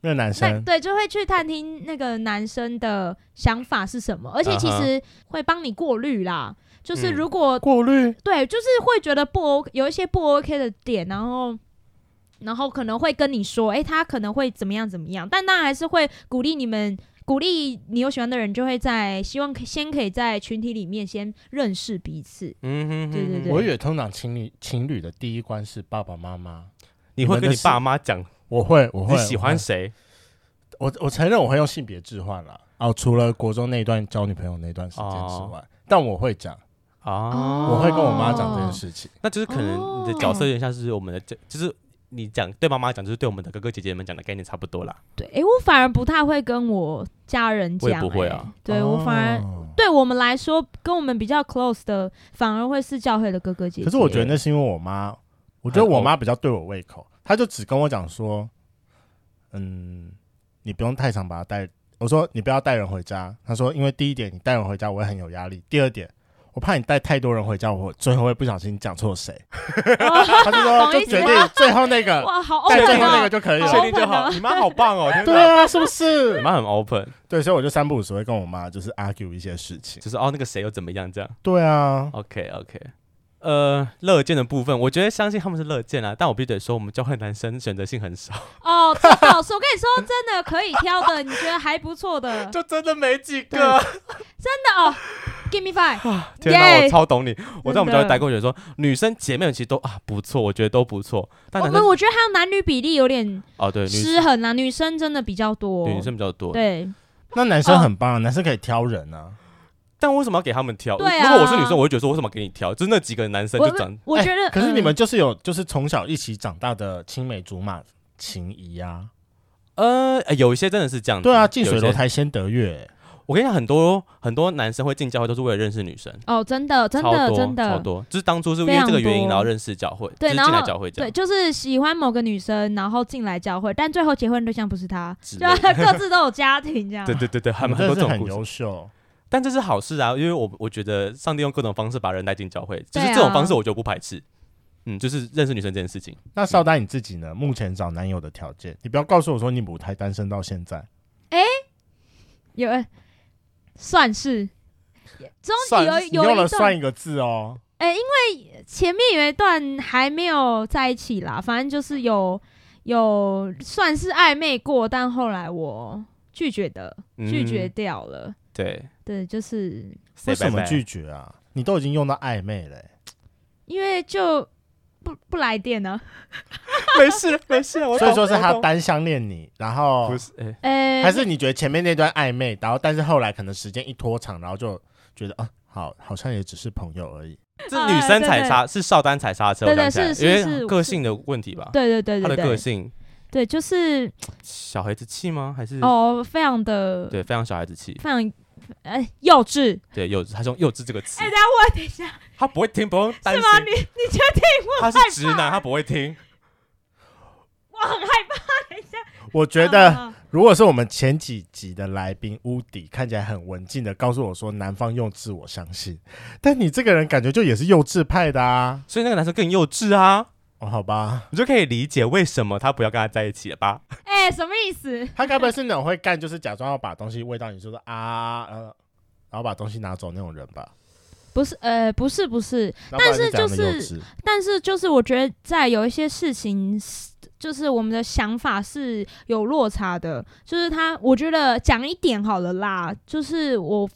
S2: 那个男
S3: 那
S2: 生
S3: 对，就会去探听那个男生的想法是什么，而且其
S1: 嗯哼
S3: 实会帮你过滤啦，就是
S1: 嗯
S3: 如果
S2: 过滤
S3: 对，就是会觉得不 O 有一些不 OK 的点，然后。然后可能会跟你说，诶，他可能会怎么样怎么样，但当然还是会鼓励你们，鼓励你有喜欢的人，就会在希望可先可以在群体里面先认识彼此。
S1: 嗯哼哼，
S3: 对对对
S2: 我以为通常情侣情侣的第一关是爸爸妈妈，
S1: 你会跟你爸妈讲
S2: 我会，我会
S1: 你喜欢
S2: 我会
S1: 谁？
S2: 我，我承认我会用性别置换啦。哦，除了国中那一段交女朋友那段时间之外，但我会讲，
S1: 啊，
S3: 哦
S2: 我会跟我妈讲这件事情。
S1: 那就是可能你的角色有点像是我们的，就就是你讲对妈妈讲，就是对我们的哥哥姐姐们讲的概念差不多啦。
S3: 对，诶，我反而不太会跟我家人
S1: 我也
S3: 讲、
S1: 不会
S3: 诶
S1: 啊
S3: 对、我反而
S2: 哦
S3: 对我们来说，跟我们比较 close 的，反而会是教会的哥哥姐姐。哎哦
S2: 可是我觉得那是因为我妈，我觉得我妈比较对我胃口，她就只跟我讲说，嗯，你不用太常把她带。我说你不要带人回家，她说因为第一点你带人回家我会很有压力，第二点我怕你带太多人回家，我最后会不小心讲错
S3: [LAUGHS]
S2: 谁。
S1: [LAUGHS]
S2: 她就说
S3: 懂
S2: 就
S3: 意思啊
S2: 决定最后那个，
S3: [LAUGHS] 哇，好
S2: 带
S3: open
S2: 最后那
S3: 啊
S2: 个！就可以
S3: 好
S1: 确
S2: 了。
S1: 定就好，哎你妈好棒 [LAUGHS] 哦，天哪
S2: 对啊，是不
S1: 你
S2: 是？ [LAUGHS]
S1: 妈很 open，
S2: 对，所以我就三不五时会跟我妈就是 argue 一些事情。
S1: 就是哦那个谁又怎么样这样。
S2: 对啊，
S1: OK OK，呃，乐见的部分，我觉得相信他们是乐见啊，但我必须得说，我们教会男生选择性很少，
S3: 哦，这老师，我跟你说，真
S1: [LAUGHS]
S3: 的可以挑的，你觉得还不错的，真
S1: 就真的没几
S3: 啊对
S1: 个。
S3: 的哦。 Give me five，
S1: 哇， [LAUGHS] 天哪，
S3: 耶
S1: 我超懂你。我在我们
S3: 真
S1: 教
S3: 的
S1: 会待过，觉得说女生姐妹们其实都啊不错，我觉得都不错。但
S3: 我
S1: 男
S3: 们
S1: 生
S3: 我觉得还有男女比例有点
S1: 哦对，女
S3: 失衡啦，女生真的比较多，
S1: 女生比较多，
S3: 哦对
S2: 那男
S3: 哦
S2: 生很棒，啊男生可以挑人啊。
S1: 但为什么要给他们挑？
S3: 对
S1: 如果我
S3: 啊
S1: 是女生，我会觉得说为什么给你挑？就是那几个男生
S3: 我
S1: 就长
S3: 我觉得、
S2: 哎可是你们
S3: 嗯
S2: 就是有，就是从小一起长大的青梅竹马情谊啊。
S1: 呃呃有一些真的是这样子。
S2: 对啊，近水
S1: 有一些
S2: 楼台先得月。
S1: 我跟你讲，很多很多男生会进教会都是为了认识女生，
S3: 哦，真的真
S1: 超
S3: 的
S1: 多
S3: 真
S1: 超
S3: 的，
S1: 多，就是当初是因
S3: 非
S1: 为
S3: 常
S1: 这个原因，
S3: 多
S1: 然后认识教会，
S3: 对
S1: 就是
S3: 然
S1: 进来
S3: 后
S1: 教会这
S3: 对，
S1: 样。
S3: 就是喜欢某个女生，然后进来教会，但最后结婚对象不是她，
S1: 之
S3: [LAUGHS] 就
S1: 类
S2: [LAUGHS]
S1: 嗯
S3: 各自都有家庭这样
S1: 对。对对对，还
S2: 你
S1: 蛮
S2: 们真
S1: 多这
S2: 的是
S1: 种
S2: 很
S1: 故事
S2: 优，秀。
S1: 但这是好事啊，因为我我觉得上帝用各种方式把人带进教会，就
S3: 对啊
S1: 是这种方式我就不排斥。嗯，就是认识女生这件事情，
S2: 那邵丹你自己呢？目前找男友的条件，你不要告诉我说你母胎单身到现在，
S3: 有呃算是终
S2: 算
S3: 于有
S2: 你
S3: 有
S2: 用了
S3: 一段
S2: 算一个字哦。
S3: 前面有一段还没有在一起啦，反正就是有有算是暧昧过，但后来我拒绝的，
S1: 嗯
S3: 拒绝掉了。
S1: 对，
S3: 对，就是
S2: 为什么拒
S1: 剧？
S2: 绝啊？你都已经用到暧昧了欸、
S3: 因为就不不来电呢、
S1: [LAUGHS] 没事没事，我
S2: 所以说
S1: 懂
S2: 是他
S1: 我懂
S2: 单相恋你，然后
S1: 不是，哎，
S3: 呃，
S2: 还是你觉得前面那段暧昧，然后但是后来可能时间一拖长，然后就觉得啊，好，好像也只是朋友而已。
S1: 这女生踩刹是邵丹踩刹车，
S3: 对
S1: 我
S3: 对
S1: 想起来
S3: 是是
S1: 因为
S3: 是
S1: 个性的问题吧？
S3: 对对对
S1: 他
S3: 对
S1: 的个
S3: 对，
S1: 性
S3: 对就是
S1: 小孩子气吗？还是
S3: 哦，非常的
S1: 对非常小孩子气，
S3: 非常哎幼稚。
S1: 对幼稚，他是用幼稚这个词
S3: 哎、，等一下我等一下，
S1: 他不会听，不用担
S3: 是
S1: 心，
S3: 吗？你你确定？
S1: 他是直男，他不会听。
S3: 我很害怕。等一下，
S2: 我觉得， [LAUGHS]
S3: 啊
S2: 如果是我们前几集的来宾乌迪，看起来很文静的告诉我说南方幼稚，我相信。但你这个人感觉就也是幼稚派的啊。
S1: 所以那个男生更幼稚啊，
S2: 哦，好
S3: [LAUGHS]
S2: 吧，
S1: 你就可以理解为什么他不要跟他在一起了吧？
S3: 哎、什么意思？
S2: 他该不会是那种会干，就是假装要把东西喂到你，就是啊，然后然后把东西拿走那种人吧？
S3: 不是，呃，不是，不是，
S2: 要不然
S3: 但是
S2: 怎样的
S3: 就
S2: 幼
S3: 是
S2: 稚
S3: 但是就是我觉得在有一些事情是，就是我们的想法是有落差的。就是他，我觉得讲一点好了啦，就是我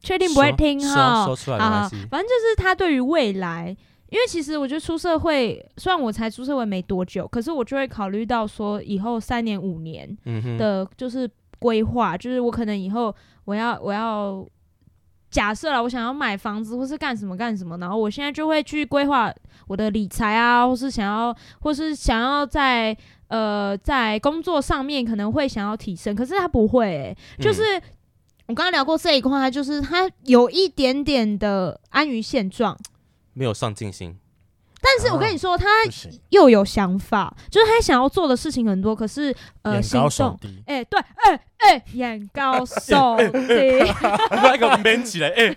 S3: 确定不会
S1: 说
S3: 听
S1: 说
S3: 哈，
S1: 说出来没
S3: 啊，
S1: 关系。
S3: 反正就是他对于未来，因为其实我觉得出社会，虽然我才出社会没多久，可是我就会考虑到说以后三年五年
S1: 嗯哼，
S3: 的，就是规划，就是我可能以后我要我要。假设了，我想要买房子，或是干什么干什么，然后我现在就会去规划我的理财啊，或是想要，或是想要在呃在工作上面可能会想要提升，可是他不会、欸，
S1: 嗯
S2: 嗯
S3: 就是我刚刚聊过这一块，就是他有一点点的安于现状，
S1: 没有上进心，
S3: 但是我
S2: 哦
S3: 跟你说，他
S2: 不行，
S3: 又有想法，就是他想要做的事情很多，可是呃，
S2: 眼
S3: 行
S2: 高手
S3: 动，
S2: 低。
S3: 哎、对，哎、哎、眼
S1: [LAUGHS]
S3: 高手低，
S1: 那个 man 起来，哎，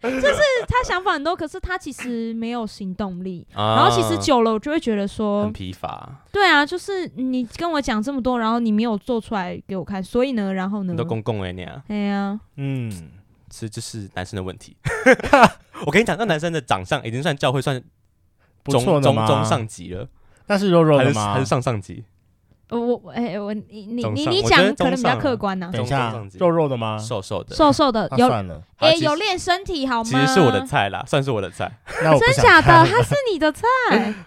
S3: 他想法很多，可是他其实没有行动力。然
S1: 然
S3: 后其实久了，我就会觉得说
S1: 啊很，疲乏，
S3: 对啊，就是你跟我讲这么多，然后你没有做出来给我看，所以呢，然后呢
S1: 你，都公公哎你啊，
S3: 哎呀，
S2: 嗯，
S1: 这就是男生的问 [LAUGHS] 题。我跟你讲，那男生的长相已经算教会算
S2: 不
S1: 中
S2: 错
S1: 中
S2: 的吗？
S1: 中上级了，
S2: 那是肉肉
S1: 还
S2: 的
S1: 是
S2: 吗？
S1: 还是上上级？
S3: 呃我哎、我你你
S1: 中
S3: 你
S1: 上
S3: 你
S1: 我觉得
S3: 讲可
S1: 中
S3: 能比较
S1: 上
S3: 客观呐、啊
S2: 等
S1: 中
S2: 一下
S1: 中上，级
S2: 肉肉的吗？
S1: 瘦瘦的，
S3: 瘦瘦的
S2: 那
S3: 有
S2: 算了，
S1: 好
S3: 哎、
S1: 其实
S3: 有练身体好吗？
S1: 其实是我的菜啦，算是我的菜。
S2: 那我不
S3: 真
S2: 想
S3: 假
S2: 看
S3: 的，他是你的菜。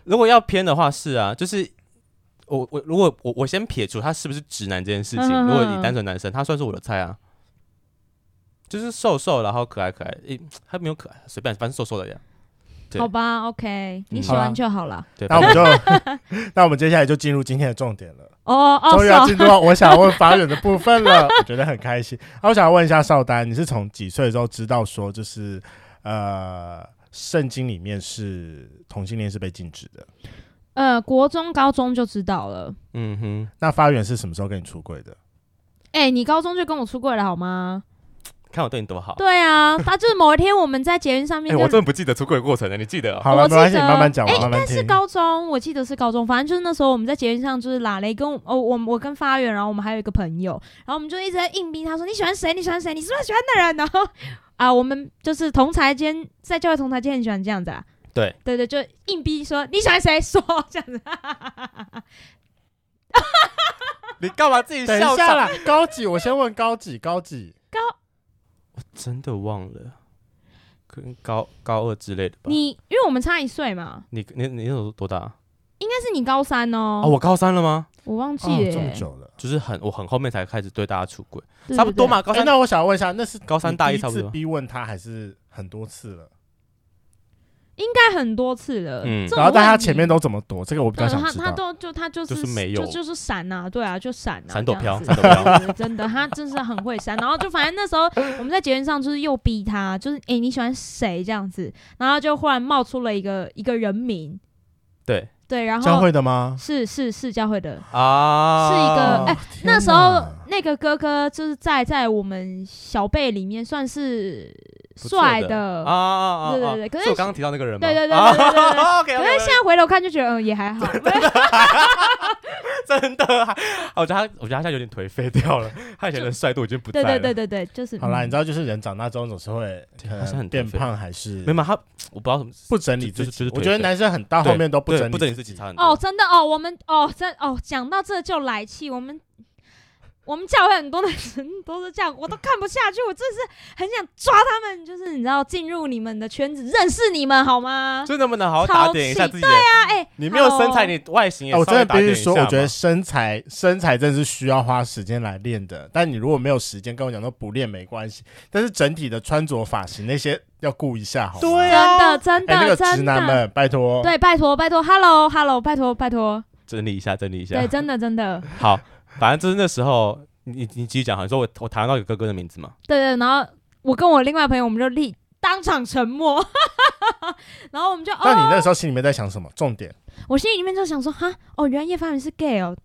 S1: 如果要偏的话，是啊，就是我我如果我我先撇除他是不是直男这件事情，
S3: 嗯嗯嗯
S1: 如果以单纯男生，他算是我的菜啊，就是瘦瘦然后可爱可爱，诶、他没有可爱，随便反正瘦瘦的呀。 [LAUGHS] 对
S3: 好吧，OK，你
S1: 嗯
S3: 喜
S2: 好啊
S3: 欢
S2: 啦
S3: 就好了。
S1: 对，
S2: 那我们就， [LAUGHS] 那我们接下来就进入今天的重点了，
S3: 哦哦，
S2: 终于
S3: 是
S2: 要
S3: 哦，
S2: 进入到我想
S3: [LAUGHS]
S2: 问法忍的部分了，我觉得很开心。那我想问一下邵丹，你是从几岁的时候知道说，就是呃，圣经里面是同性恋是被禁止的？
S3: 呃，国中、高中就知道了。
S1: 嗯哼，
S2: 那发源是什么时候跟你出轨的？
S3: 哎、你高中就跟我出柜了好吗？
S1: 看我对你多好。
S3: 对啊，他就是某一天我们在捷运上
S1: 哎、
S3: 面
S1: 我
S3: 就
S1: 真的不记得出柜的过程了，你记得、哦？ [LAUGHS]
S2: 好了，
S3: 我记
S2: 没关
S3: 得
S2: 系，你慢慢讲，我
S3: 哎
S2: 慢慢听。
S3: 是高中，我记得是高中，反正就是那时候我们在捷运上就是拉雷跟我哦，我我跟发源，然后我们还有一个朋友，然后我们就一直在硬逼他说你喜欢谁？你喜欢谁？你是不是喜欢那人？然后 [LAUGHS] 啊，我们就是同台间在教会同台间很喜欢这样子啊。
S1: 对
S3: 对对，就硬逼说你喜欢谁说这样子， [LAUGHS]
S1: 你干嘛自己
S2: 等
S1: 笑
S2: 一下
S1: 场？
S2: 啦，高几？我先问高几？高几？
S1: 真的忘了，可能高高二之类的吧。
S3: 你因为我们差一岁嘛，
S1: 你你你那时候多大啊？
S3: 应该是你高三哦，
S1: 哦，我高三了吗？
S3: 我忘记
S2: 哦，
S3: 了
S2: 这么
S3: 耶，
S2: 久了。
S1: 就是很我很后面才开始对大家出轨，
S3: 对
S1: 差不多。嘛，高
S2: 哎，
S1: 三。
S2: 那我想问一下，那是
S1: 高三
S2: 你
S1: 大一
S2: 第
S1: 差不
S2: 次
S1: 多
S2: 逼问他，还是很多次了？
S3: 对对应该很多次了。
S1: 嗯
S3: 这种
S2: 然后大家
S3: 问题
S2: 前面都怎么躲？这个我比较
S3: 对啊
S2: 想
S3: 他
S2: 知
S3: 嗯他
S2: 道。
S3: 都就他就是
S1: 就是没有
S3: 就就是闪呐、对啊，就闪啊，
S1: 闪躲飘
S3: 这样
S1: 闪
S3: 子
S1: 躲飘
S3: 对真的，他真是很会闪。然后就反正那时候我们在节目上就是又逼他，就是诶、你喜欢谁这样子，然后就忽然冒出了一个一个人名，
S1: 对
S3: 对，然
S2: 教
S3: 后
S2: 会的吗？哦
S3: 是是是教会的，
S1: 啊，
S3: 是一个哎、
S2: 天
S3: 那时候
S2: 哪
S3: 那个哥哥就是在在我们小辈里面算是
S1: 不错
S3: 帅
S1: 的啊啊啊啊！
S3: 对对对可是
S1: 我刚刚提到那个人吗？
S3: 对对对
S1: 啊
S3: 对对对对
S1: [LAUGHS] OK，OK，OK
S3: 可是现在回头看就觉得，嗯，也
S1: [LAUGHS]
S3: 还好。 [LAUGHS]
S1: 真的 [LAUGHS] 还，我觉得他，我觉得他现在有点颓废掉了，他以前的帅度已经不在
S3: 对
S1: 了。
S3: 对对对对，就是。
S2: 好啦，你
S3: 嗯
S2: 知道，就是人长大之后总是会可
S1: 好像
S2: 能
S1: 很
S2: 变
S1: 颓废
S2: 胖，还是
S1: 没有他，我不知道什么
S2: 不整理
S1: 就
S2: 自
S1: 就
S2: 己。
S1: 就是
S2: 我觉得
S1: 颓废
S2: 男生很到后面都不
S1: 对
S2: 整理
S1: 不整理自己，差很多。
S3: 哦，真的哦，我们哦，真哦，讲到这就来气，我们我们教会很多男生都是这样，我都看不下去，我真是很想抓他们，就是你知道，进入你们的圈子，认识你们好吗？
S1: 就能不能好好
S3: 超
S1: 打点一下
S3: 气
S1: 自己的？
S3: 啊，哎、
S1: 你没有身材，
S3: hello
S1: 你外形也
S2: 哎，我
S1: 稍
S2: 真
S1: 微
S2: 的
S1: 打
S2: 必
S1: 点
S2: 须
S1: 一
S2: 说，
S1: 下
S2: 我觉
S1: 嘛
S2: 得身材身材真的是需要花时间来练的。但你如果没有时间，跟我讲说不练没关系，但是整体的穿着、发型那些要顾一下，好吗。
S1: 对
S3: 真
S1: 啊
S3: 的，真的、
S2: 哎，那个直
S3: 真
S2: 男
S3: 的，
S2: 们，拜托，
S3: 对，拜托拜托，hello hello，拜托拜托，
S1: 整理一下，整理一下
S3: 对，。真的真的，
S1: 好，反正就是那时候，你你继续讲，你说我我谈到一个哥哥的名字嘛，
S3: 对对，然后我跟我另外朋友，我们就立当场沉默， [LAUGHS] 然后我们就
S2: 那
S3: 哦，
S2: 你那时候心里面在想什么？重点，
S3: 我心里面就想说，哈，哦，原来叶凡宇是 gay 哦，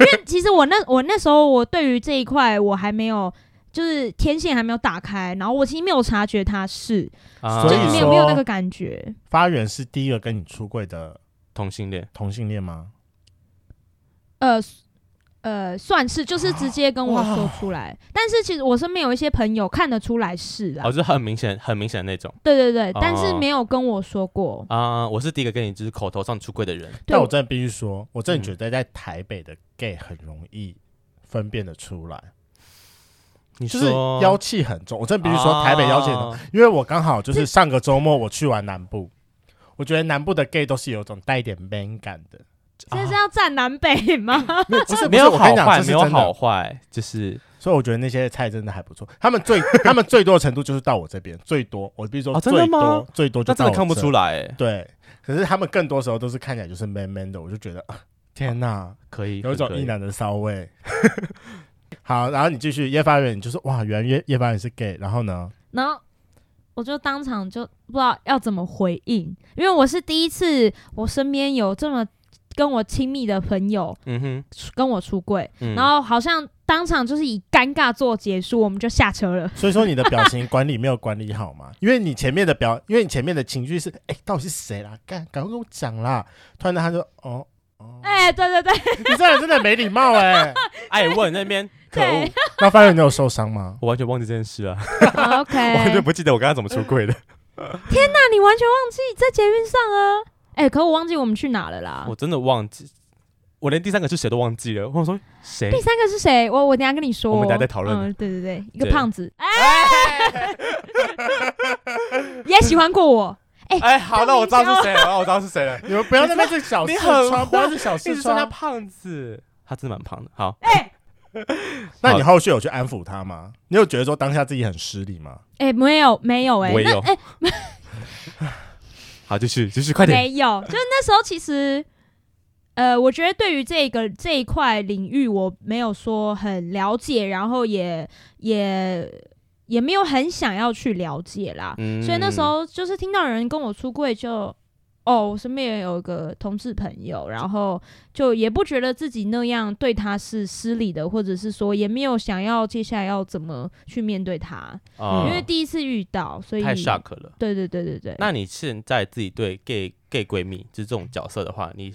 S3: 因为其实我那我那时候我对于这一块我还没有。就是天线还没有打开，然后我其实没有察觉他是，
S1: 啊
S3: 就
S2: 所以
S3: 是没有
S2: 说
S3: 没有那个感觉。
S2: 发源是第一个跟你出柜的
S1: 同性恋，
S2: 同性恋吗？
S3: 呃呃，算是就是直接跟我说出来，但是其实我身边有一些朋友看得出来是啦，
S1: 哦，就是很明显很明显的那种
S3: 对对对，但是
S1: 哦
S3: 没有跟我说过。
S1: 啊。我是第一个跟你就是口头上出柜的人，
S3: 对
S2: 但
S3: 我
S2: 我真的必须说，我真的
S1: 嗯
S2: 觉得在台北的 gay 很容易分辨得出来，
S1: 你
S2: 就
S1: 说
S2: 是妖气很重。我真的必须说，台北妖气很重，
S1: 啊
S2: 因为我刚好就是上个周末我去完南部，我觉得南部的 gay 都是有一种带一点 man 感
S1: [LAUGHS]
S2: 的，
S3: 这是
S1: 啊
S3: 要站南北吗？
S2: 没有不是
S1: 没有
S2: 我跟
S1: 好
S2: 你讲，
S1: 坏，
S2: 这是
S1: 没有
S2: 真
S1: 好
S2: 的，
S1: 坏，就是
S2: 所以我觉得那些菜真的还不错。他们最 [LAUGHS] 他们最多的程度就是到我这边最多，我必须说
S1: 啊
S2: 最
S1: 真的
S2: 多、
S1: 吗
S2: 最多就
S1: 那
S2: 到
S1: 真
S2: 我
S1: 的看不
S2: 这
S1: 出来欸，
S2: 对，可是他们更多时候都是看起来就是 man man 的，我就觉得啊天哪、
S1: 可以
S2: 有一种
S1: 可以
S2: 异男的骚味。 [LAUGHS] 好，然后你继续叶发源，你就说哇，原来叶叶发源是 gay，然后呢，
S3: 然后我就当场就不知道要怎么回应，因为我是第一次，我身边有这么跟我亲密的朋友
S1: 嗯哼，
S3: 跟我出柜，
S1: 嗯
S3: 然后好像当场就是以尴尬做结束，我们就下车了。
S2: 所以说你的表情管理没有管理好嘛？ [LAUGHS] 因为你前面的表，因为你前面的情绪是哎、到底是谁啦？赶赶快跟我讲啦！突然间他就哦哦，
S3: [LAUGHS] [LAUGHS] 哎、对对对，
S2: 你这人真的没礼貌哎、
S3: [LAUGHS]
S1: 艾问那边，可恶
S3: 对，
S2: 那发源你有受伤吗？
S1: 我完全忘记这件事了，
S3: [LAUGHS] 好
S1: 我 [LAUGHS] 完
S3: OK，
S1: 全不记得我刚刚怎么出柜的。
S3: 那你完全忘记在捷运上啊？哎、可我忘记我们去哪了啦
S1: [LAUGHS] 我。真的忘记，我连第三个是谁都忘记了。我想说谁
S3: 第？三个是谁？我我等一下跟你说。
S1: 我们等一下再讨论
S3: 嗯，对对对，一个
S1: 对
S3: 胖子，哎， [LAUGHS] 也喜欢过我。
S1: 哎，好
S3: 那
S1: 了，
S3: 你
S1: 我知道是谁了，我知道是谁了。
S2: 你们不要在那边是小
S1: 你
S2: 四
S1: 很
S2: 川，不要是小
S1: 一
S2: 四
S1: 直说他
S2: 川。
S1: 胖子，他真的蛮胖的。好，
S2: 那你后续有去安抚他吗？你有觉得说当下自己很失礼吗？
S3: 哎、没有没有哎、
S1: 我也
S3: 那
S1: 有
S3: 哎、
S1: [LAUGHS] 好，继续，继续，快点。
S3: 没有，就是那时候其实，呃，我觉得对于这个这一块领域，我没有说很了解，然后也也也没有很想要去了解啦，
S1: 嗯
S3: 所以那时候就是听到有人跟我出柜就。哦，我身边也有一个同事朋友，然后就也不觉得自己那样对他是失礼的，或者是说也没有想要接下来要怎么去面对他，
S1: 啊
S3: 因为第一次遇到，所以
S1: 太 shock 了。
S3: 对对对对对。
S1: 那你现在自己对 gay gay 闺蜜就是这种角色的话，你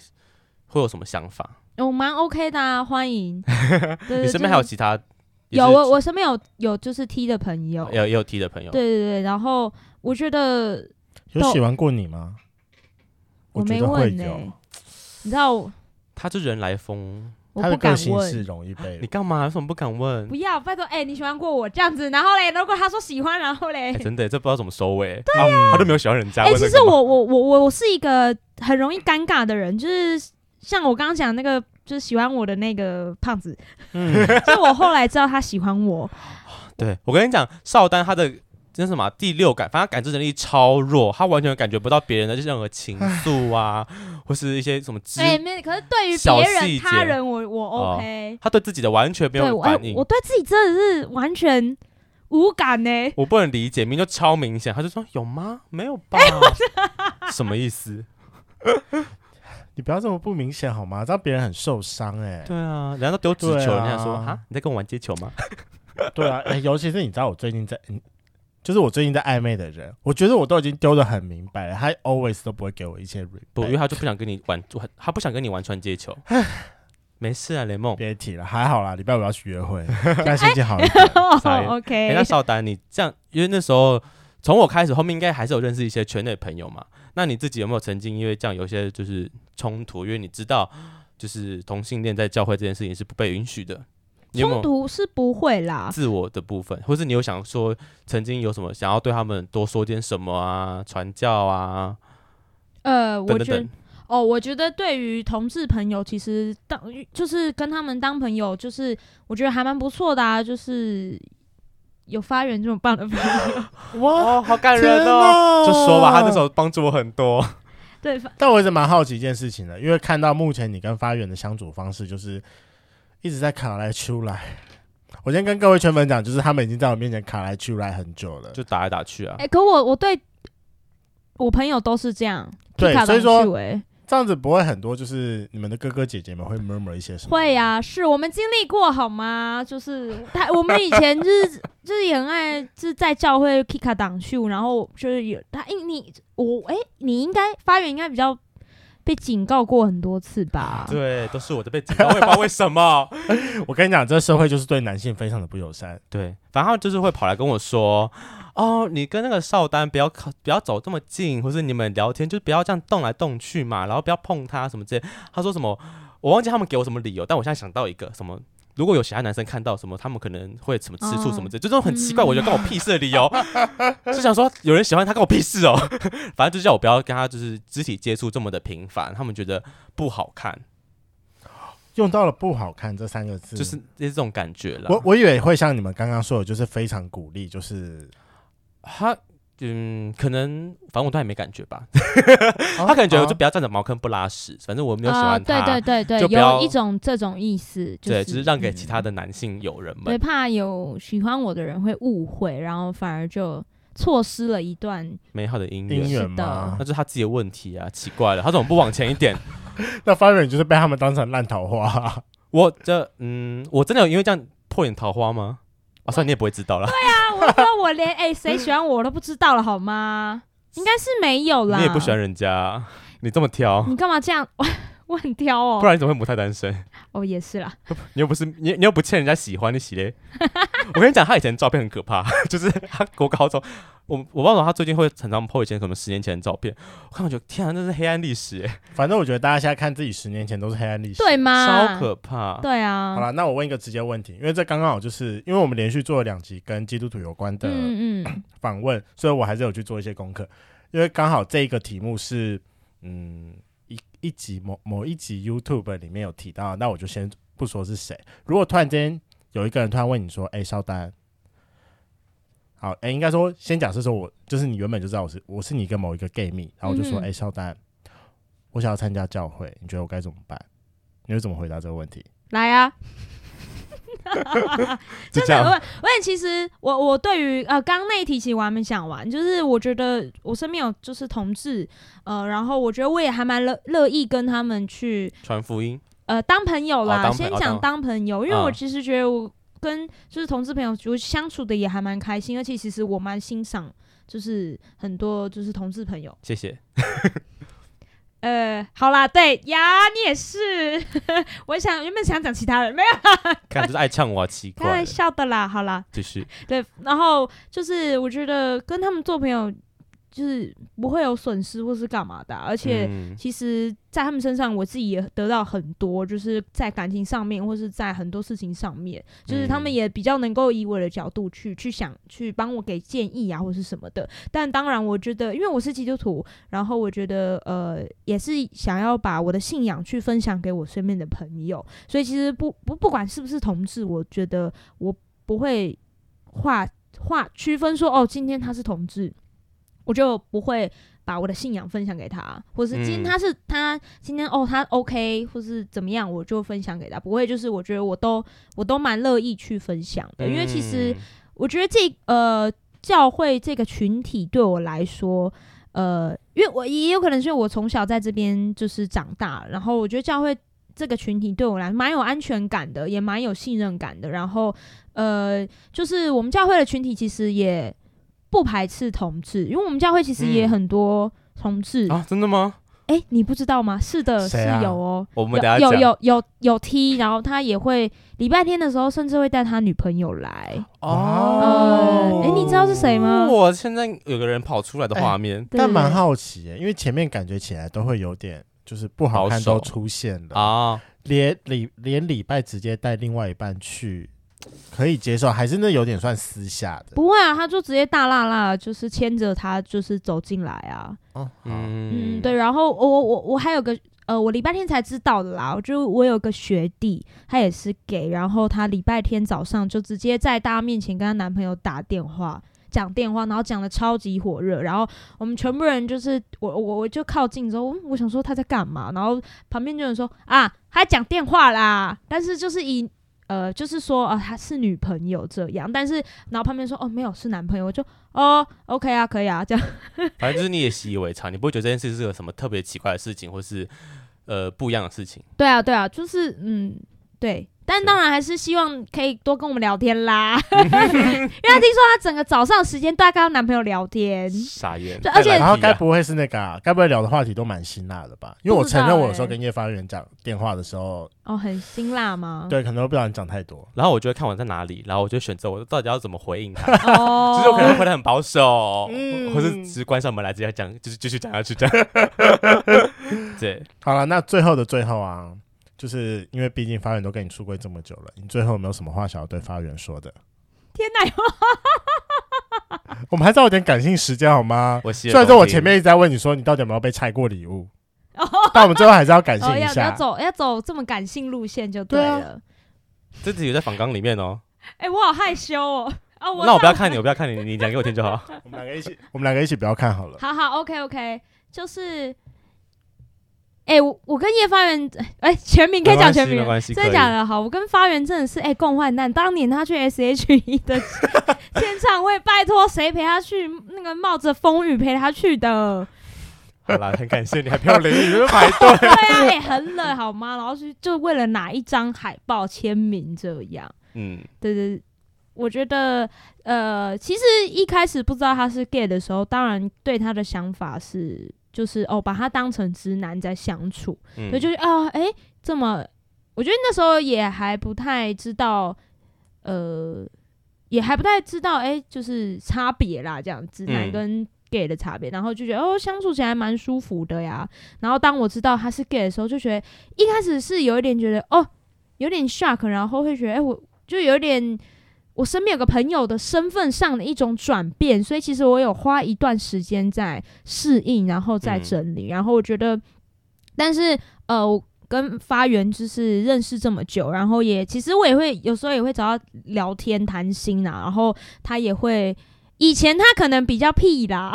S1: 会有什么想法？
S3: 我蛮 OK 的、啊，
S1: [LAUGHS]
S3: 欢迎。对
S1: 你身边还有其他也
S3: 呃有
S1: 是哦
S3: 我我身边有有就是 T 的朋友，
S1: 也有也有 T 的朋友，
S3: 对对对，然后我觉得
S2: 有
S3: 都
S2: 喜欢过你吗？
S3: 我
S2: 觉
S3: 没
S2: 得会
S3: 问呢、欸
S2: 有。
S3: 你知道我
S1: 他就人来疯，
S3: 我
S2: 他
S3: 不
S2: 的个
S3: 敢
S2: 性是
S3: 问。
S2: 容易
S3: [LAUGHS]
S2: 被
S1: 你干嘛？有什么不敢问
S3: 不？要，拜托，哎、你喜欢过我这样子，然后嘞，如果他说喜欢，然后嘞
S1: [LAUGHS] 哎，，真的耶，这不知道怎么收尾。
S2: 对啊
S1: 他都没有喜欢人家。
S3: 哎、
S1: 问
S3: 其
S1: 这
S3: 实
S1: 干嘛
S3: 我我我我我是一个很容易尴尬的人，就是像我刚刚讲那个，就是喜欢我的那个胖子，
S1: 嗯，
S3: 所以我后来知道他喜
S1: [LAUGHS]
S3: 欢我，
S1: 对我跟你讲，邵丹他的那什么第六感，反正他感知能力超弱，他完全感觉不到别人的任何情愫啊，或是一些什么知，
S3: 哎、没，可是对于
S1: 小
S3: 别人
S1: 细
S3: 他
S1: 节哦
S3: 人我我 OK，、
S1: 他对自己的完全没
S3: 对
S1: 有
S3: 我哎
S1: 反应
S3: 我。对自己真的是完全无感呢、 [LAUGHS]
S1: 我不能理解，明明就超明显，他就说有吗？没有
S2: [LAUGHS]
S1: 吧？什么意思？
S2: 你不要这么不明显好吗？这样别人很受伤哎、
S1: 对啊，人家都丢纸
S2: 对
S1: 球，
S2: 啊
S1: 人家说哈，你在跟我玩接球吗？ [LAUGHS]
S2: 对啊、哎尤其是你知道我最近在，嗯就是我最近在暧昧的人，我觉得我都已经丢的很明白了，他 always 都不会给我一些 r e
S1: 不，因为他就不想跟你玩，他不想跟你玩传接球。没事啊，雷梦。
S2: 别提了，还好啦，礼拜五要去约
S1: [LAUGHS]
S2: 会，现在心情好一点。
S1: 傻眼
S3: o
S1: 哎、
S3: k
S1: 那邵丹，你这样，因为那时候从我开始，后面应该还是有认识一些圈内朋友嘛。那你自己有没有曾经因为这样有一些就是冲突？因为你知道，就是同性恋在教会这件事情是不被允许的。你有没有
S3: 冲突是不会啦，
S1: 自我的部分，或是你有想说曾经有什么想要对他们多说点什么啊，传教啊，
S3: 呃，我
S1: 等等
S3: 觉得
S1: 等。
S3: 哦，我觉得对于同志朋友，其实当就是跟他们当朋友，就是我觉得还蛮不错的啊，就是有发源这么棒的朋友。
S2: [LAUGHS] 哇，
S1: 哦，好感哦
S2: 天哪
S1: 就说吧，他那时候帮助我很多。
S3: [LAUGHS] 对，发
S2: [LAUGHS] 但我一直蛮好奇一件事情的，因为看到目前你跟发源的相处方式，就是一直在卡来出来。我今天跟各位圈粉讲，就是他们已经在我面前卡来出来很久了。
S1: 就打来打去啊
S3: 哎、。可我我对我朋友都是这样，
S2: 对
S3: 皮卡
S2: 所以
S3: 龙
S2: 说
S3: 趣味
S2: 这样子不会很多，就是你们的哥哥姐姐们会啊 murmur 一些什么？
S3: 会呀、是我们经历过好吗？就是他，我们以前就是 [LAUGHS] 就是也很爱，就是在教会 Kika 党秀，然后就是有他，哎、你我哎、你应该发源应该比较被警告过很多次吧？
S1: 对，都是我的被警告，我也不知道为什么。
S2: 我跟你讲，这社会就是对男性非常的不友善。
S1: 对，反正他就是会跑来跟我说，哦，你跟那个邵丹不要靠，不要走这么近，或是你们聊天就不要这样动来动去嘛，然后不要碰他什么之类。他说什么，我忘记他们给我什么理由，但我现在想到一个什么。如果有其他男生看到什么，他们可能会什么吃醋什么之类，就这种很奇怪，我觉得跟我屁事的理由，就想说有人喜欢他跟我屁事哦。 [LAUGHS] 反正就叫我不要跟他就是肢体接触这么的频繁，他们觉得不好看，
S2: 用到了“不好看”这三个字，
S1: 就是就是这种感觉了。
S2: 我我以为会像你们刚刚说的，就是非常鼓励，就是
S1: 他嗯，可能反正我对他也没感觉吧。
S2: 他
S1: 他可能
S2: 啊
S1: 觉得就不要站着茅坑不拉屎，反正我没有喜
S3: 啊，
S1: 欢他，
S3: 哦对对对
S1: 就不
S3: 对，
S1: 要
S3: 有一种这种意思，
S1: 对，
S3: 是嗯
S1: 就是让给其他的男性友人
S3: 对
S1: 们。
S3: 怕有喜欢我的人会误会，然后反而就错失了一段。
S1: 美好的姻
S2: 姻
S1: 缘。
S2: 缘吗 [LAUGHS]
S1: 那？就是他自己的问题啊，奇怪了，他怎么不往前一点？
S2: 那发源就是被他们当成烂桃花、 [LAUGHS]
S1: 我这嗯，我真的有因为这样破眼桃花吗？啊，算了，你也不会知道啦，
S3: 啊，我说我连哎谁、喜欢我都不知道了
S1: [LAUGHS]
S3: 好吗？应该是没有啦。
S1: 你也不喜欢人家，你这么挑，
S3: 你干嘛这样？我 [LAUGHS] 我很挑
S1: 哦不
S3: 哦。
S1: 然你怎么会母胎单身？
S3: 哦，也是啦。
S1: 你又不是你，你又不欠人家喜欢，你喜
S3: [LAUGHS]
S1: 嘞？我跟你讲，他以前照片很可怕， [LAUGHS] 就是他国高中，我我忘了他最近会常常 po 以前可能十年前的照片，我看我觉得天啊，那是黑暗历史欸，
S2: 反正我觉得大家现在看自己十年前都是黑暗历史。
S3: 对吗？
S1: 超可怕。
S3: 对
S2: 好
S3: 啊。
S2: 了，那我问一个直接问题，因为这刚刚好就是因为我们连续做了两集跟基督徒有关
S1: 啊
S2: 的
S1: [CLEARS THROAT]
S3: 嗯嗯，
S2: 访问，所以我还是有去做一些功课，因为刚好这个题目是嗯一一集某某一集 YouTube 里面有提到，那我就先不说是谁。如果突然间有一个人突然问你说：“哎、邵丹。”好，哎、应该说先假设说我就是你原本就知道我是我是你跟某一个 gay 蜜，然后我就说，
S3: 嗯
S2: 哎、邵丹，我想要参加教会，你觉得我该怎么办？你会怎么回答这个问题？
S3: 来啊！
S1: [LAUGHS] 就这
S3: 真的，
S1: 样
S3: 我我也其实我我对于呃刚刚那一题其实我还没讲完，就是我觉得我身边有就是同志，呃，然后我觉得我也还蛮乐乐意跟他们去
S1: 传福音，
S3: 呃当朋友
S1: 哦
S3: 啦，
S1: 当朋
S3: 先
S1: 哦
S3: 讲
S1: 当
S3: 当朋友，因为我
S1: 嗯
S3: 其实觉得我跟就是同志朋友就相处的也还蛮开心，而且其实我蛮欣赏就是很多就是同志朋友，
S1: 谢谢。
S3: 呃，好啦，对呀，你也是， [LAUGHS] 我想原本想讲其他人，没有
S1: 看就是爱呛我、啊，奇
S3: 开
S1: 怪
S3: 玩
S1: 了，
S3: 笑的啦，好啦，
S1: 就是
S3: 对，然后就是我觉得跟他们做朋友就是不会有损失或是干嘛的啊、而且
S1: 嗯
S3: 其实，在他们身上，我自己也得到很多，就是在感情上面，或是在很多事情上面，就是他们
S1: 嗯
S3: 也比较能够以我的角度去去想，去帮我给建议啊，或是什么的。但当然，我觉得，因为我是基督徒，然后我觉得，呃，也是想要把我的信仰去分享给我身边的朋友，所以其实不不不管是不是同志，我觉得我不会划划区分说，哦，今天他是同志，我就不会把我的信仰分享给他，或是今天
S1: 嗯
S3: 他是、他今天哦他 OK，或是怎么样，我就分享给他，不会就是我觉得我都我都蛮乐意去分享的，因为其实我觉得这呃教会这个群体对我来说，呃，因为我也有可能是因为我从小在这边就是长大，然后我觉得教会这个群体对我来蛮有安全感的，也蛮有信任感的。然后呃，就是我们教会的群体其实也不排斥同志，因为我们教会其实也
S1: 嗯
S3: 很多同志。
S1: 嗯
S3: 哎、
S1: 啊，真的吗？
S3: 你不知道吗？是的，
S2: 谁啊
S3: 是有哦。
S1: 我们等一下
S3: 有有
S1: 讲
S3: 有有有 T，然后他也会礼拜天的时候，甚至会带他女朋友来。
S1: 哦。
S3: 呃诶你知道是谁吗
S1: 我现在有个人跑出来的画面
S3: 对
S2: 但
S3: 对
S2: 蛮
S3: 对
S2: 好奇耶，因为前面感觉起来都会有点就是不好看
S1: 保守
S2: 都出现了，
S1: 啊，
S2: 连礼连礼拜直接带另外一半去，可以接受，还是那有点算私下的。
S3: 不会啊，他就直接大辣辣，就是牵着他，就是走进来啊。
S2: 哦，好
S1: 嗯
S3: 嗯，对。，然后我我我还有个呃，我礼拜天才知道的啦，就我有个学弟，他也是 gay，然后他礼拜天早上就直接在大家面前跟她男朋友打电话。讲电话，然后讲的超级火热，然后我们全部人就是我我我就靠近之后，嗯我想说他在干嘛，然后旁边就有人说啊，他讲电话啦，但是就是以呃就是说啊、他是女朋友这样，但是然后旁边说哦没有是男朋友，我就哦 OK 啊可以啊这样。
S1: 反正就是你也习以为常，你不会觉得这件事是个什么特别奇怪的事情，或是呃不一样的事情。
S3: 对啊，对啊，就是嗯，对。但当然还是希望可以多跟我们聊天
S1: [LAUGHS]
S3: 啦，因为他听说他整个早上时间都在跟她男朋友聊天，
S1: 傻眼
S3: 嗯对，而且
S1: 太懒
S2: 然后
S1: 皮
S2: 该
S1: 啊
S2: 不会是那个、啊，该不会聊的话题都蛮辛辣的吧？因为我
S3: 不知道
S2: 承认我有时候
S3: 欸
S2: 跟叶发人讲电话的时候，
S3: 哦，很辛辣吗？
S2: 对，可能会不小心讲太多。
S1: 然后我就会看我在哪里，然后我就选择我到底要怎么回应他。
S3: 哦
S1: [LAUGHS] 其实我可能会回的很保守，
S2: 嗯
S1: 或是只关上门来直接讲，就是继续讲下去这
S3: [LAUGHS]
S1: 样。对，
S2: 好了，那最后的最后啊，就是因为毕竟发源都跟你出柜这么久了，你最后有没有什么话想要对发源说的？
S3: 天哪，
S2: 我们还是要有点感性时间好吗？
S1: 我希
S2: 虽然说我前面一直在问你说你到底有没有被拆过礼物，
S3: 哦
S2: 但我们最后还是要感性
S3: 哦
S2: 一
S3: 要
S2: 下。
S3: 要走要走这么感性路线就
S2: 对啊
S3: 了。
S1: 这题有在访纲里面哦。
S3: 哎、我好害羞哦，啊、我
S1: 那我
S3: 知
S1: 不要
S3: 道
S1: 看你，我不要看你，你讲给我听就
S3: [LAUGHS]
S1: 好。
S2: 我们两个一起，我们两个一起不要看好了。
S3: 好好，OK OK，就是，哎、我我跟叶发源，哎、全名可以
S1: 没
S3: 讲
S1: 关系
S3: 全名
S1: 没
S3: 吗，
S1: 关系，
S3: 真的
S1: 可以
S3: 假的？好，我跟发源真的是哎、共患难。当年他去 S.H.E 的 [LAUGHS] 现场会，拜托谁陪他去？那个冒着风雨陪他去的。
S1: 好啦，很感谢你还陪我淋雨，你们排队。
S3: 对啊，哎、很冷好吗？然后是就为了哪一张海报签名这样。
S1: 嗯，
S3: 对对，对我觉得呃，其实一开始不知道他是 gay 的时候，当然对他的想法是就是哦，把他当成直男在相处。
S1: 嗯
S3: 对，就是啊，哎、这么，我觉得那时候也还不太知道，呃，也还不太知道，哎、就是差别啦，这样直男
S1: 嗯
S3: 跟 gay 的差别，然后就觉得哦，相处起来蛮舒服的呀。然后当我知道他是 gay 的时候，就觉得一开始是有一点觉得哦，有点 shock，然后会觉得，哎、我就有点。我身边有个朋友的身份上的一种转变，所以其实我有花一段时间在适应，然后再
S1: 嗯
S3: 整理，然后我觉得但是呃，我跟发源就是认识这么久，然后也其实我也会有时候也会找他聊天谈心啦，然后他也会。以前他可能比较屁啦，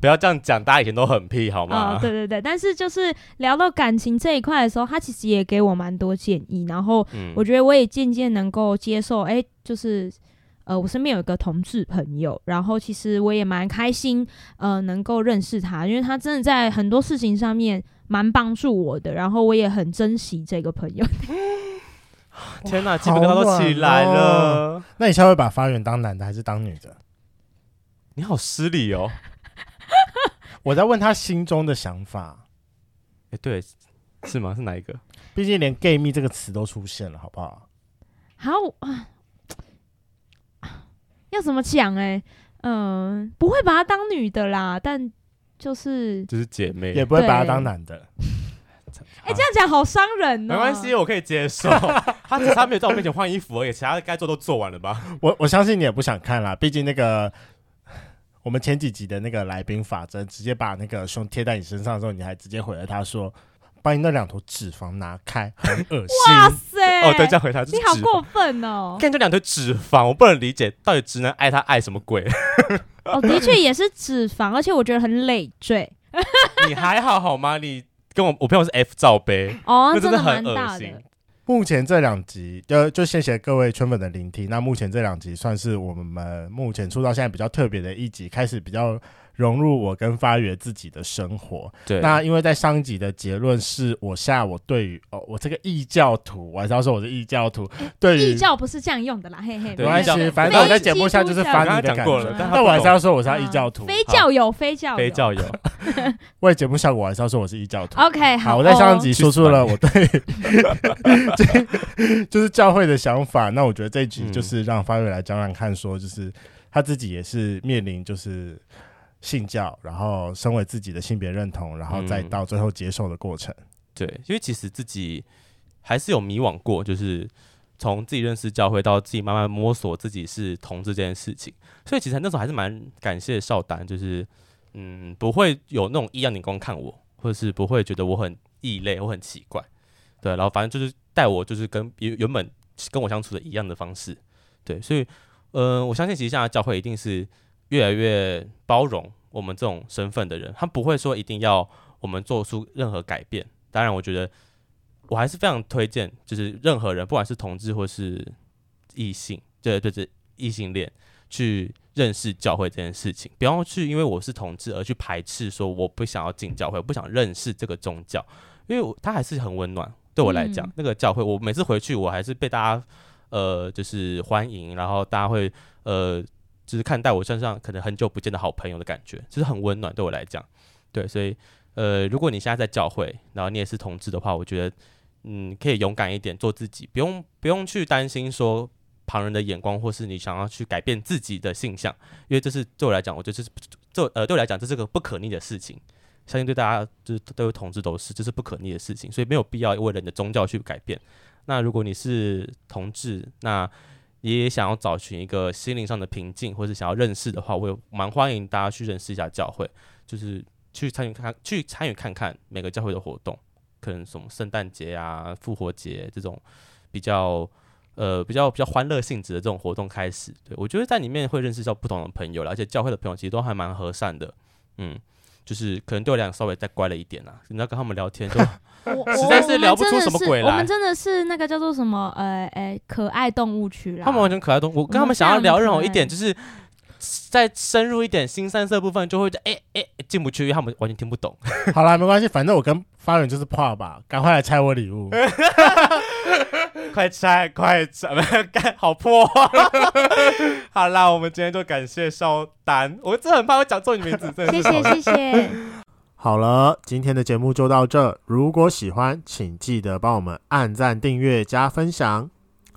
S1: 不要这样讲，大家以前都很屁好
S3: 啊、
S1: 吗？
S3: 对对对，但是就是聊到感情这一块的时候，他其实也给我蛮多建议，然后
S1: 嗯
S3: 我觉得我也渐渐能够接受，哎、就是呃，我身边有一个同志朋友，然后其实我也蛮开心，呃，能够认识他，因为他真的在很多事情上面蛮帮助我的，然后我也很珍惜这个朋友。
S1: 天哪，基本上都起来
S2: 好暖哦
S1: 了，
S2: [LAUGHS] 那你现在会把发源当男的还是当女的？
S1: 你好失礼哦。
S2: 我在问他心中的想法，
S1: 哎，对，是吗？是哪一个？
S2: 毕竟连 “gay 蜜”这个词都出现了，好不好？
S3: 好啊，要怎么讲哎、嗯、不会把她当女的啦，但就是
S4: 就是姐妹，
S2: 也不会把他
S3: 对
S2: 当男的。
S3: 哎、这样讲好伤人
S4: 没
S3: 哦、
S4: 关系，，我可以接受。他只差没有在我面前换衣服而已，其他该做都做完了吧？
S2: 我我相信你也不想看啦，毕竟那个我们前几集的那个来宾法则，直接把那个胸贴在你身上的时候，你还直接回了他说：“把你那两坨脂肪拿开，很恶
S3: 哇
S2: 心。
S3: 塞，
S4: 哦，对，这样回答就是
S3: 你好
S4: 脂肪
S3: 过分哦、
S4: 看这两堆脂肪，我不能理解到底直男爱他爱什么鬼？ [LAUGHS]
S3: 哦，的确也是脂肪，而且我觉得很累赘
S4: 你还好好吗？你跟我我朋友是 F 罩杯，
S3: 哦，
S4: 那真的
S3: 蛮
S4: 很恶
S3: 大
S4: 心
S3: 的。。
S2: 目前这两集，呃，就谢谢各位圈粉的聆听。那目前这两集算是我们目前出到现在比较特别的一集，开始比较融入我跟发源自己的生活。
S1: 对
S2: 那因为在上一集的结论是我下我对于哦，我这个异教徒，我还是要说我是异教徒，对于
S3: 异教不是这样用的啦，嘿嘿，
S1: 对
S2: 没关
S1: 异
S2: 系，
S1: 教
S2: 反正我在节目下就是
S3: 非基督
S2: 翻
S4: 教
S2: 你的
S4: 刚刚
S2: 感
S4: 讲过
S2: 觉
S3: 了。但他
S2: 但我还
S4: 不
S2: 是
S4: 懂
S2: 要说我是要异教徒，
S3: 嗯非教友，非教友，
S4: 非教友，
S2: 为节目效果我还是要说我是异教徒。
S3: OK，好，
S2: 我在上一
S3: 哦
S2: 集说出了我对 [LAUGHS] 这就是教会的想法。那我觉得这一集就是让发瑞来讲讲看，说就是他自己也是面临就是信教，然后身为自己的性别认同，然后再
S1: 嗯
S2: 到最后接受的过程。
S1: 对，因为其实自己还是有迷惘过，就是从自己认识教会到自己慢慢摸索自己是同志这件事情，所以其实那时候还是蛮感谢邵丹，就是嗯不会有那种异样眼光看我，或者是不会觉得我很异类，我很奇怪，对，然后反正就是带我就是跟原原本跟我相处的一样的方式，对，所以呃我相信其实现在教会一定是越来越包容我们这种身份的人，他不会说一定要我们做出任何改变。当然，我觉得我还是非常推荐，就是任何人，不管是同志或是异性，对对对，异性恋去认识教会这件事情，不要去因为我是同志而去排斥说我不想要进教会，我不想认识这个宗教，因为我它还是很温暖。对我来讲，
S3: 嗯
S1: 那个教会，我每次回去，我还是被大家呃，就是欢迎，然后大家会呃，就是看待我身上可能很久不见的好朋友的感觉，就是很温暖对我来讲。对，所以呃，如果你现在在教会，然后你也是同志的话，我觉得，嗯，可以勇敢一点，做自己，不用不用去担心说旁人的眼光，或是你想要去改变自己的性向，因为这是对我来讲，我觉得这是这呃对我来讲，这是个不可逆的事情。相信对大家就是对同志都是，这是不可逆的事情，所以没有必要为了你的宗教去改变。那如果你是同志，那也想要找寻一个心灵上的平静，或是想要认识的话，我也蛮欢迎大家去认识一下教会，就是去参与看去参与看看每个教会的活动，可能什么圣诞节啊、复活节这种比较呃比较比较欢乐性质的这种活动开始。对我觉得在里面会认识到不同的朋友啦，而且教会的朋友其实都还蛮和善的，嗯。就是可能对我来讲稍微再乖了一点啦，你要跟他们聊天就
S3: 啊我
S1: 实
S3: 我
S1: 在是
S3: 我们
S1: 聊不出
S3: 真的
S1: 什么
S3: 是
S1: 鬼
S3: 我
S1: 来
S3: 们真的是那个叫做什么呃呃可爱动物区啦。
S1: 他们完全可爱东，我跟
S3: 我
S1: 他们
S3: 们
S1: 想要
S3: 非常
S1: 聊任何
S3: 可
S1: 一点，
S3: 爱
S1: 就是再深入一点新三色部分，就会觉得哎哎进不去，因为他们完全听不懂。
S2: 好啦，没关系，反正我跟发源就是怕吧，赶快来拆我礼物。
S4: [LAUGHS] 快拆，快拆， [LAUGHS] 干好破、啊 [LAUGHS] 好啦，我们今天就感谢邵丹，我真的很怕会讲错你名字，真的
S3: [LAUGHS] 谢
S4: 是
S3: 谢谢谢，
S2: 好了，今天的节目就到这。如果喜欢，请记得帮我们按赞、订阅、加分享。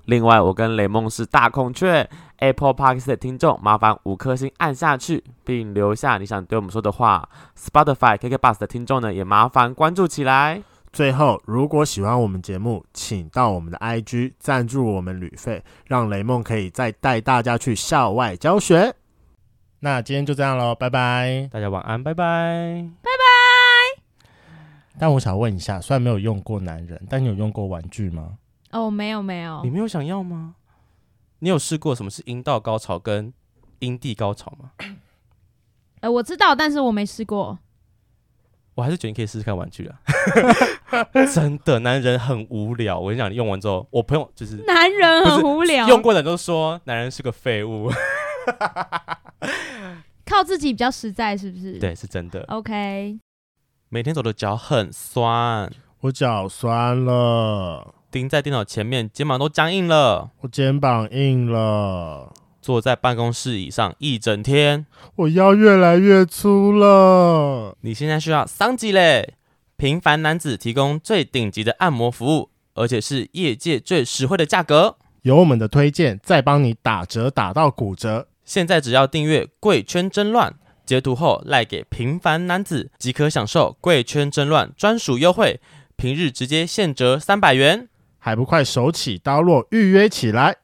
S5: 另外，我跟雷梦是大孔雀 Apple Park 的听众，麻烦五颗星按下去，并留下你想对我们说的话。Spotify KK Bus 的听众呢，也麻烦关注起来。
S2: 最后，如果喜欢我们节目，请到我们的 IG 赞助我们旅费，让雷梦可以再带大家去校外教学。那今天就这样喽，拜拜。
S1: 大家晚安，拜拜。
S3: 拜拜。
S2: 但我想问一下，虽然没有用过男人，但你有用过玩具吗？
S3: 哦，没有没有
S1: 你，没有想要吗？你有试过什么是阴道高潮跟阴蒂高潮吗？
S3: 呃，我知道，但是我没试过。
S1: 我还是觉得你可以试试看玩
S4: [LAUGHS]
S1: 具啊，真的，男人很无聊。我跟你讲，你用完之后，我朋友就是
S3: 男人
S1: 不
S3: 很
S1: 是
S3: 无聊，
S1: 用过的人都说男人是个废物，
S3: 靠自己比较实在，是不是？
S1: 对，是真的。
S3: ，OK。
S1: 每天走的脚很酸，
S2: 我脚酸了，
S1: 盯在电脑前面，肩膀都僵硬了。
S2: 我肩膀硬了，
S1: 坐在办公室椅上一整天，
S2: 我腰越来越粗了。
S1: 你现在需要桑吉嘞！平凡男子提供最顶级的按摩服务，而且是业界最实惠的价格。
S2: 有我们的推荐，再帮你打折打到骨折。
S1: 现在只要订阅“贵圈争乱”，截图后赖给平凡男子，即可享受“贵圈争乱”专属优惠，平日直接现折三百元。
S2: 还不快手起刀落预约起来！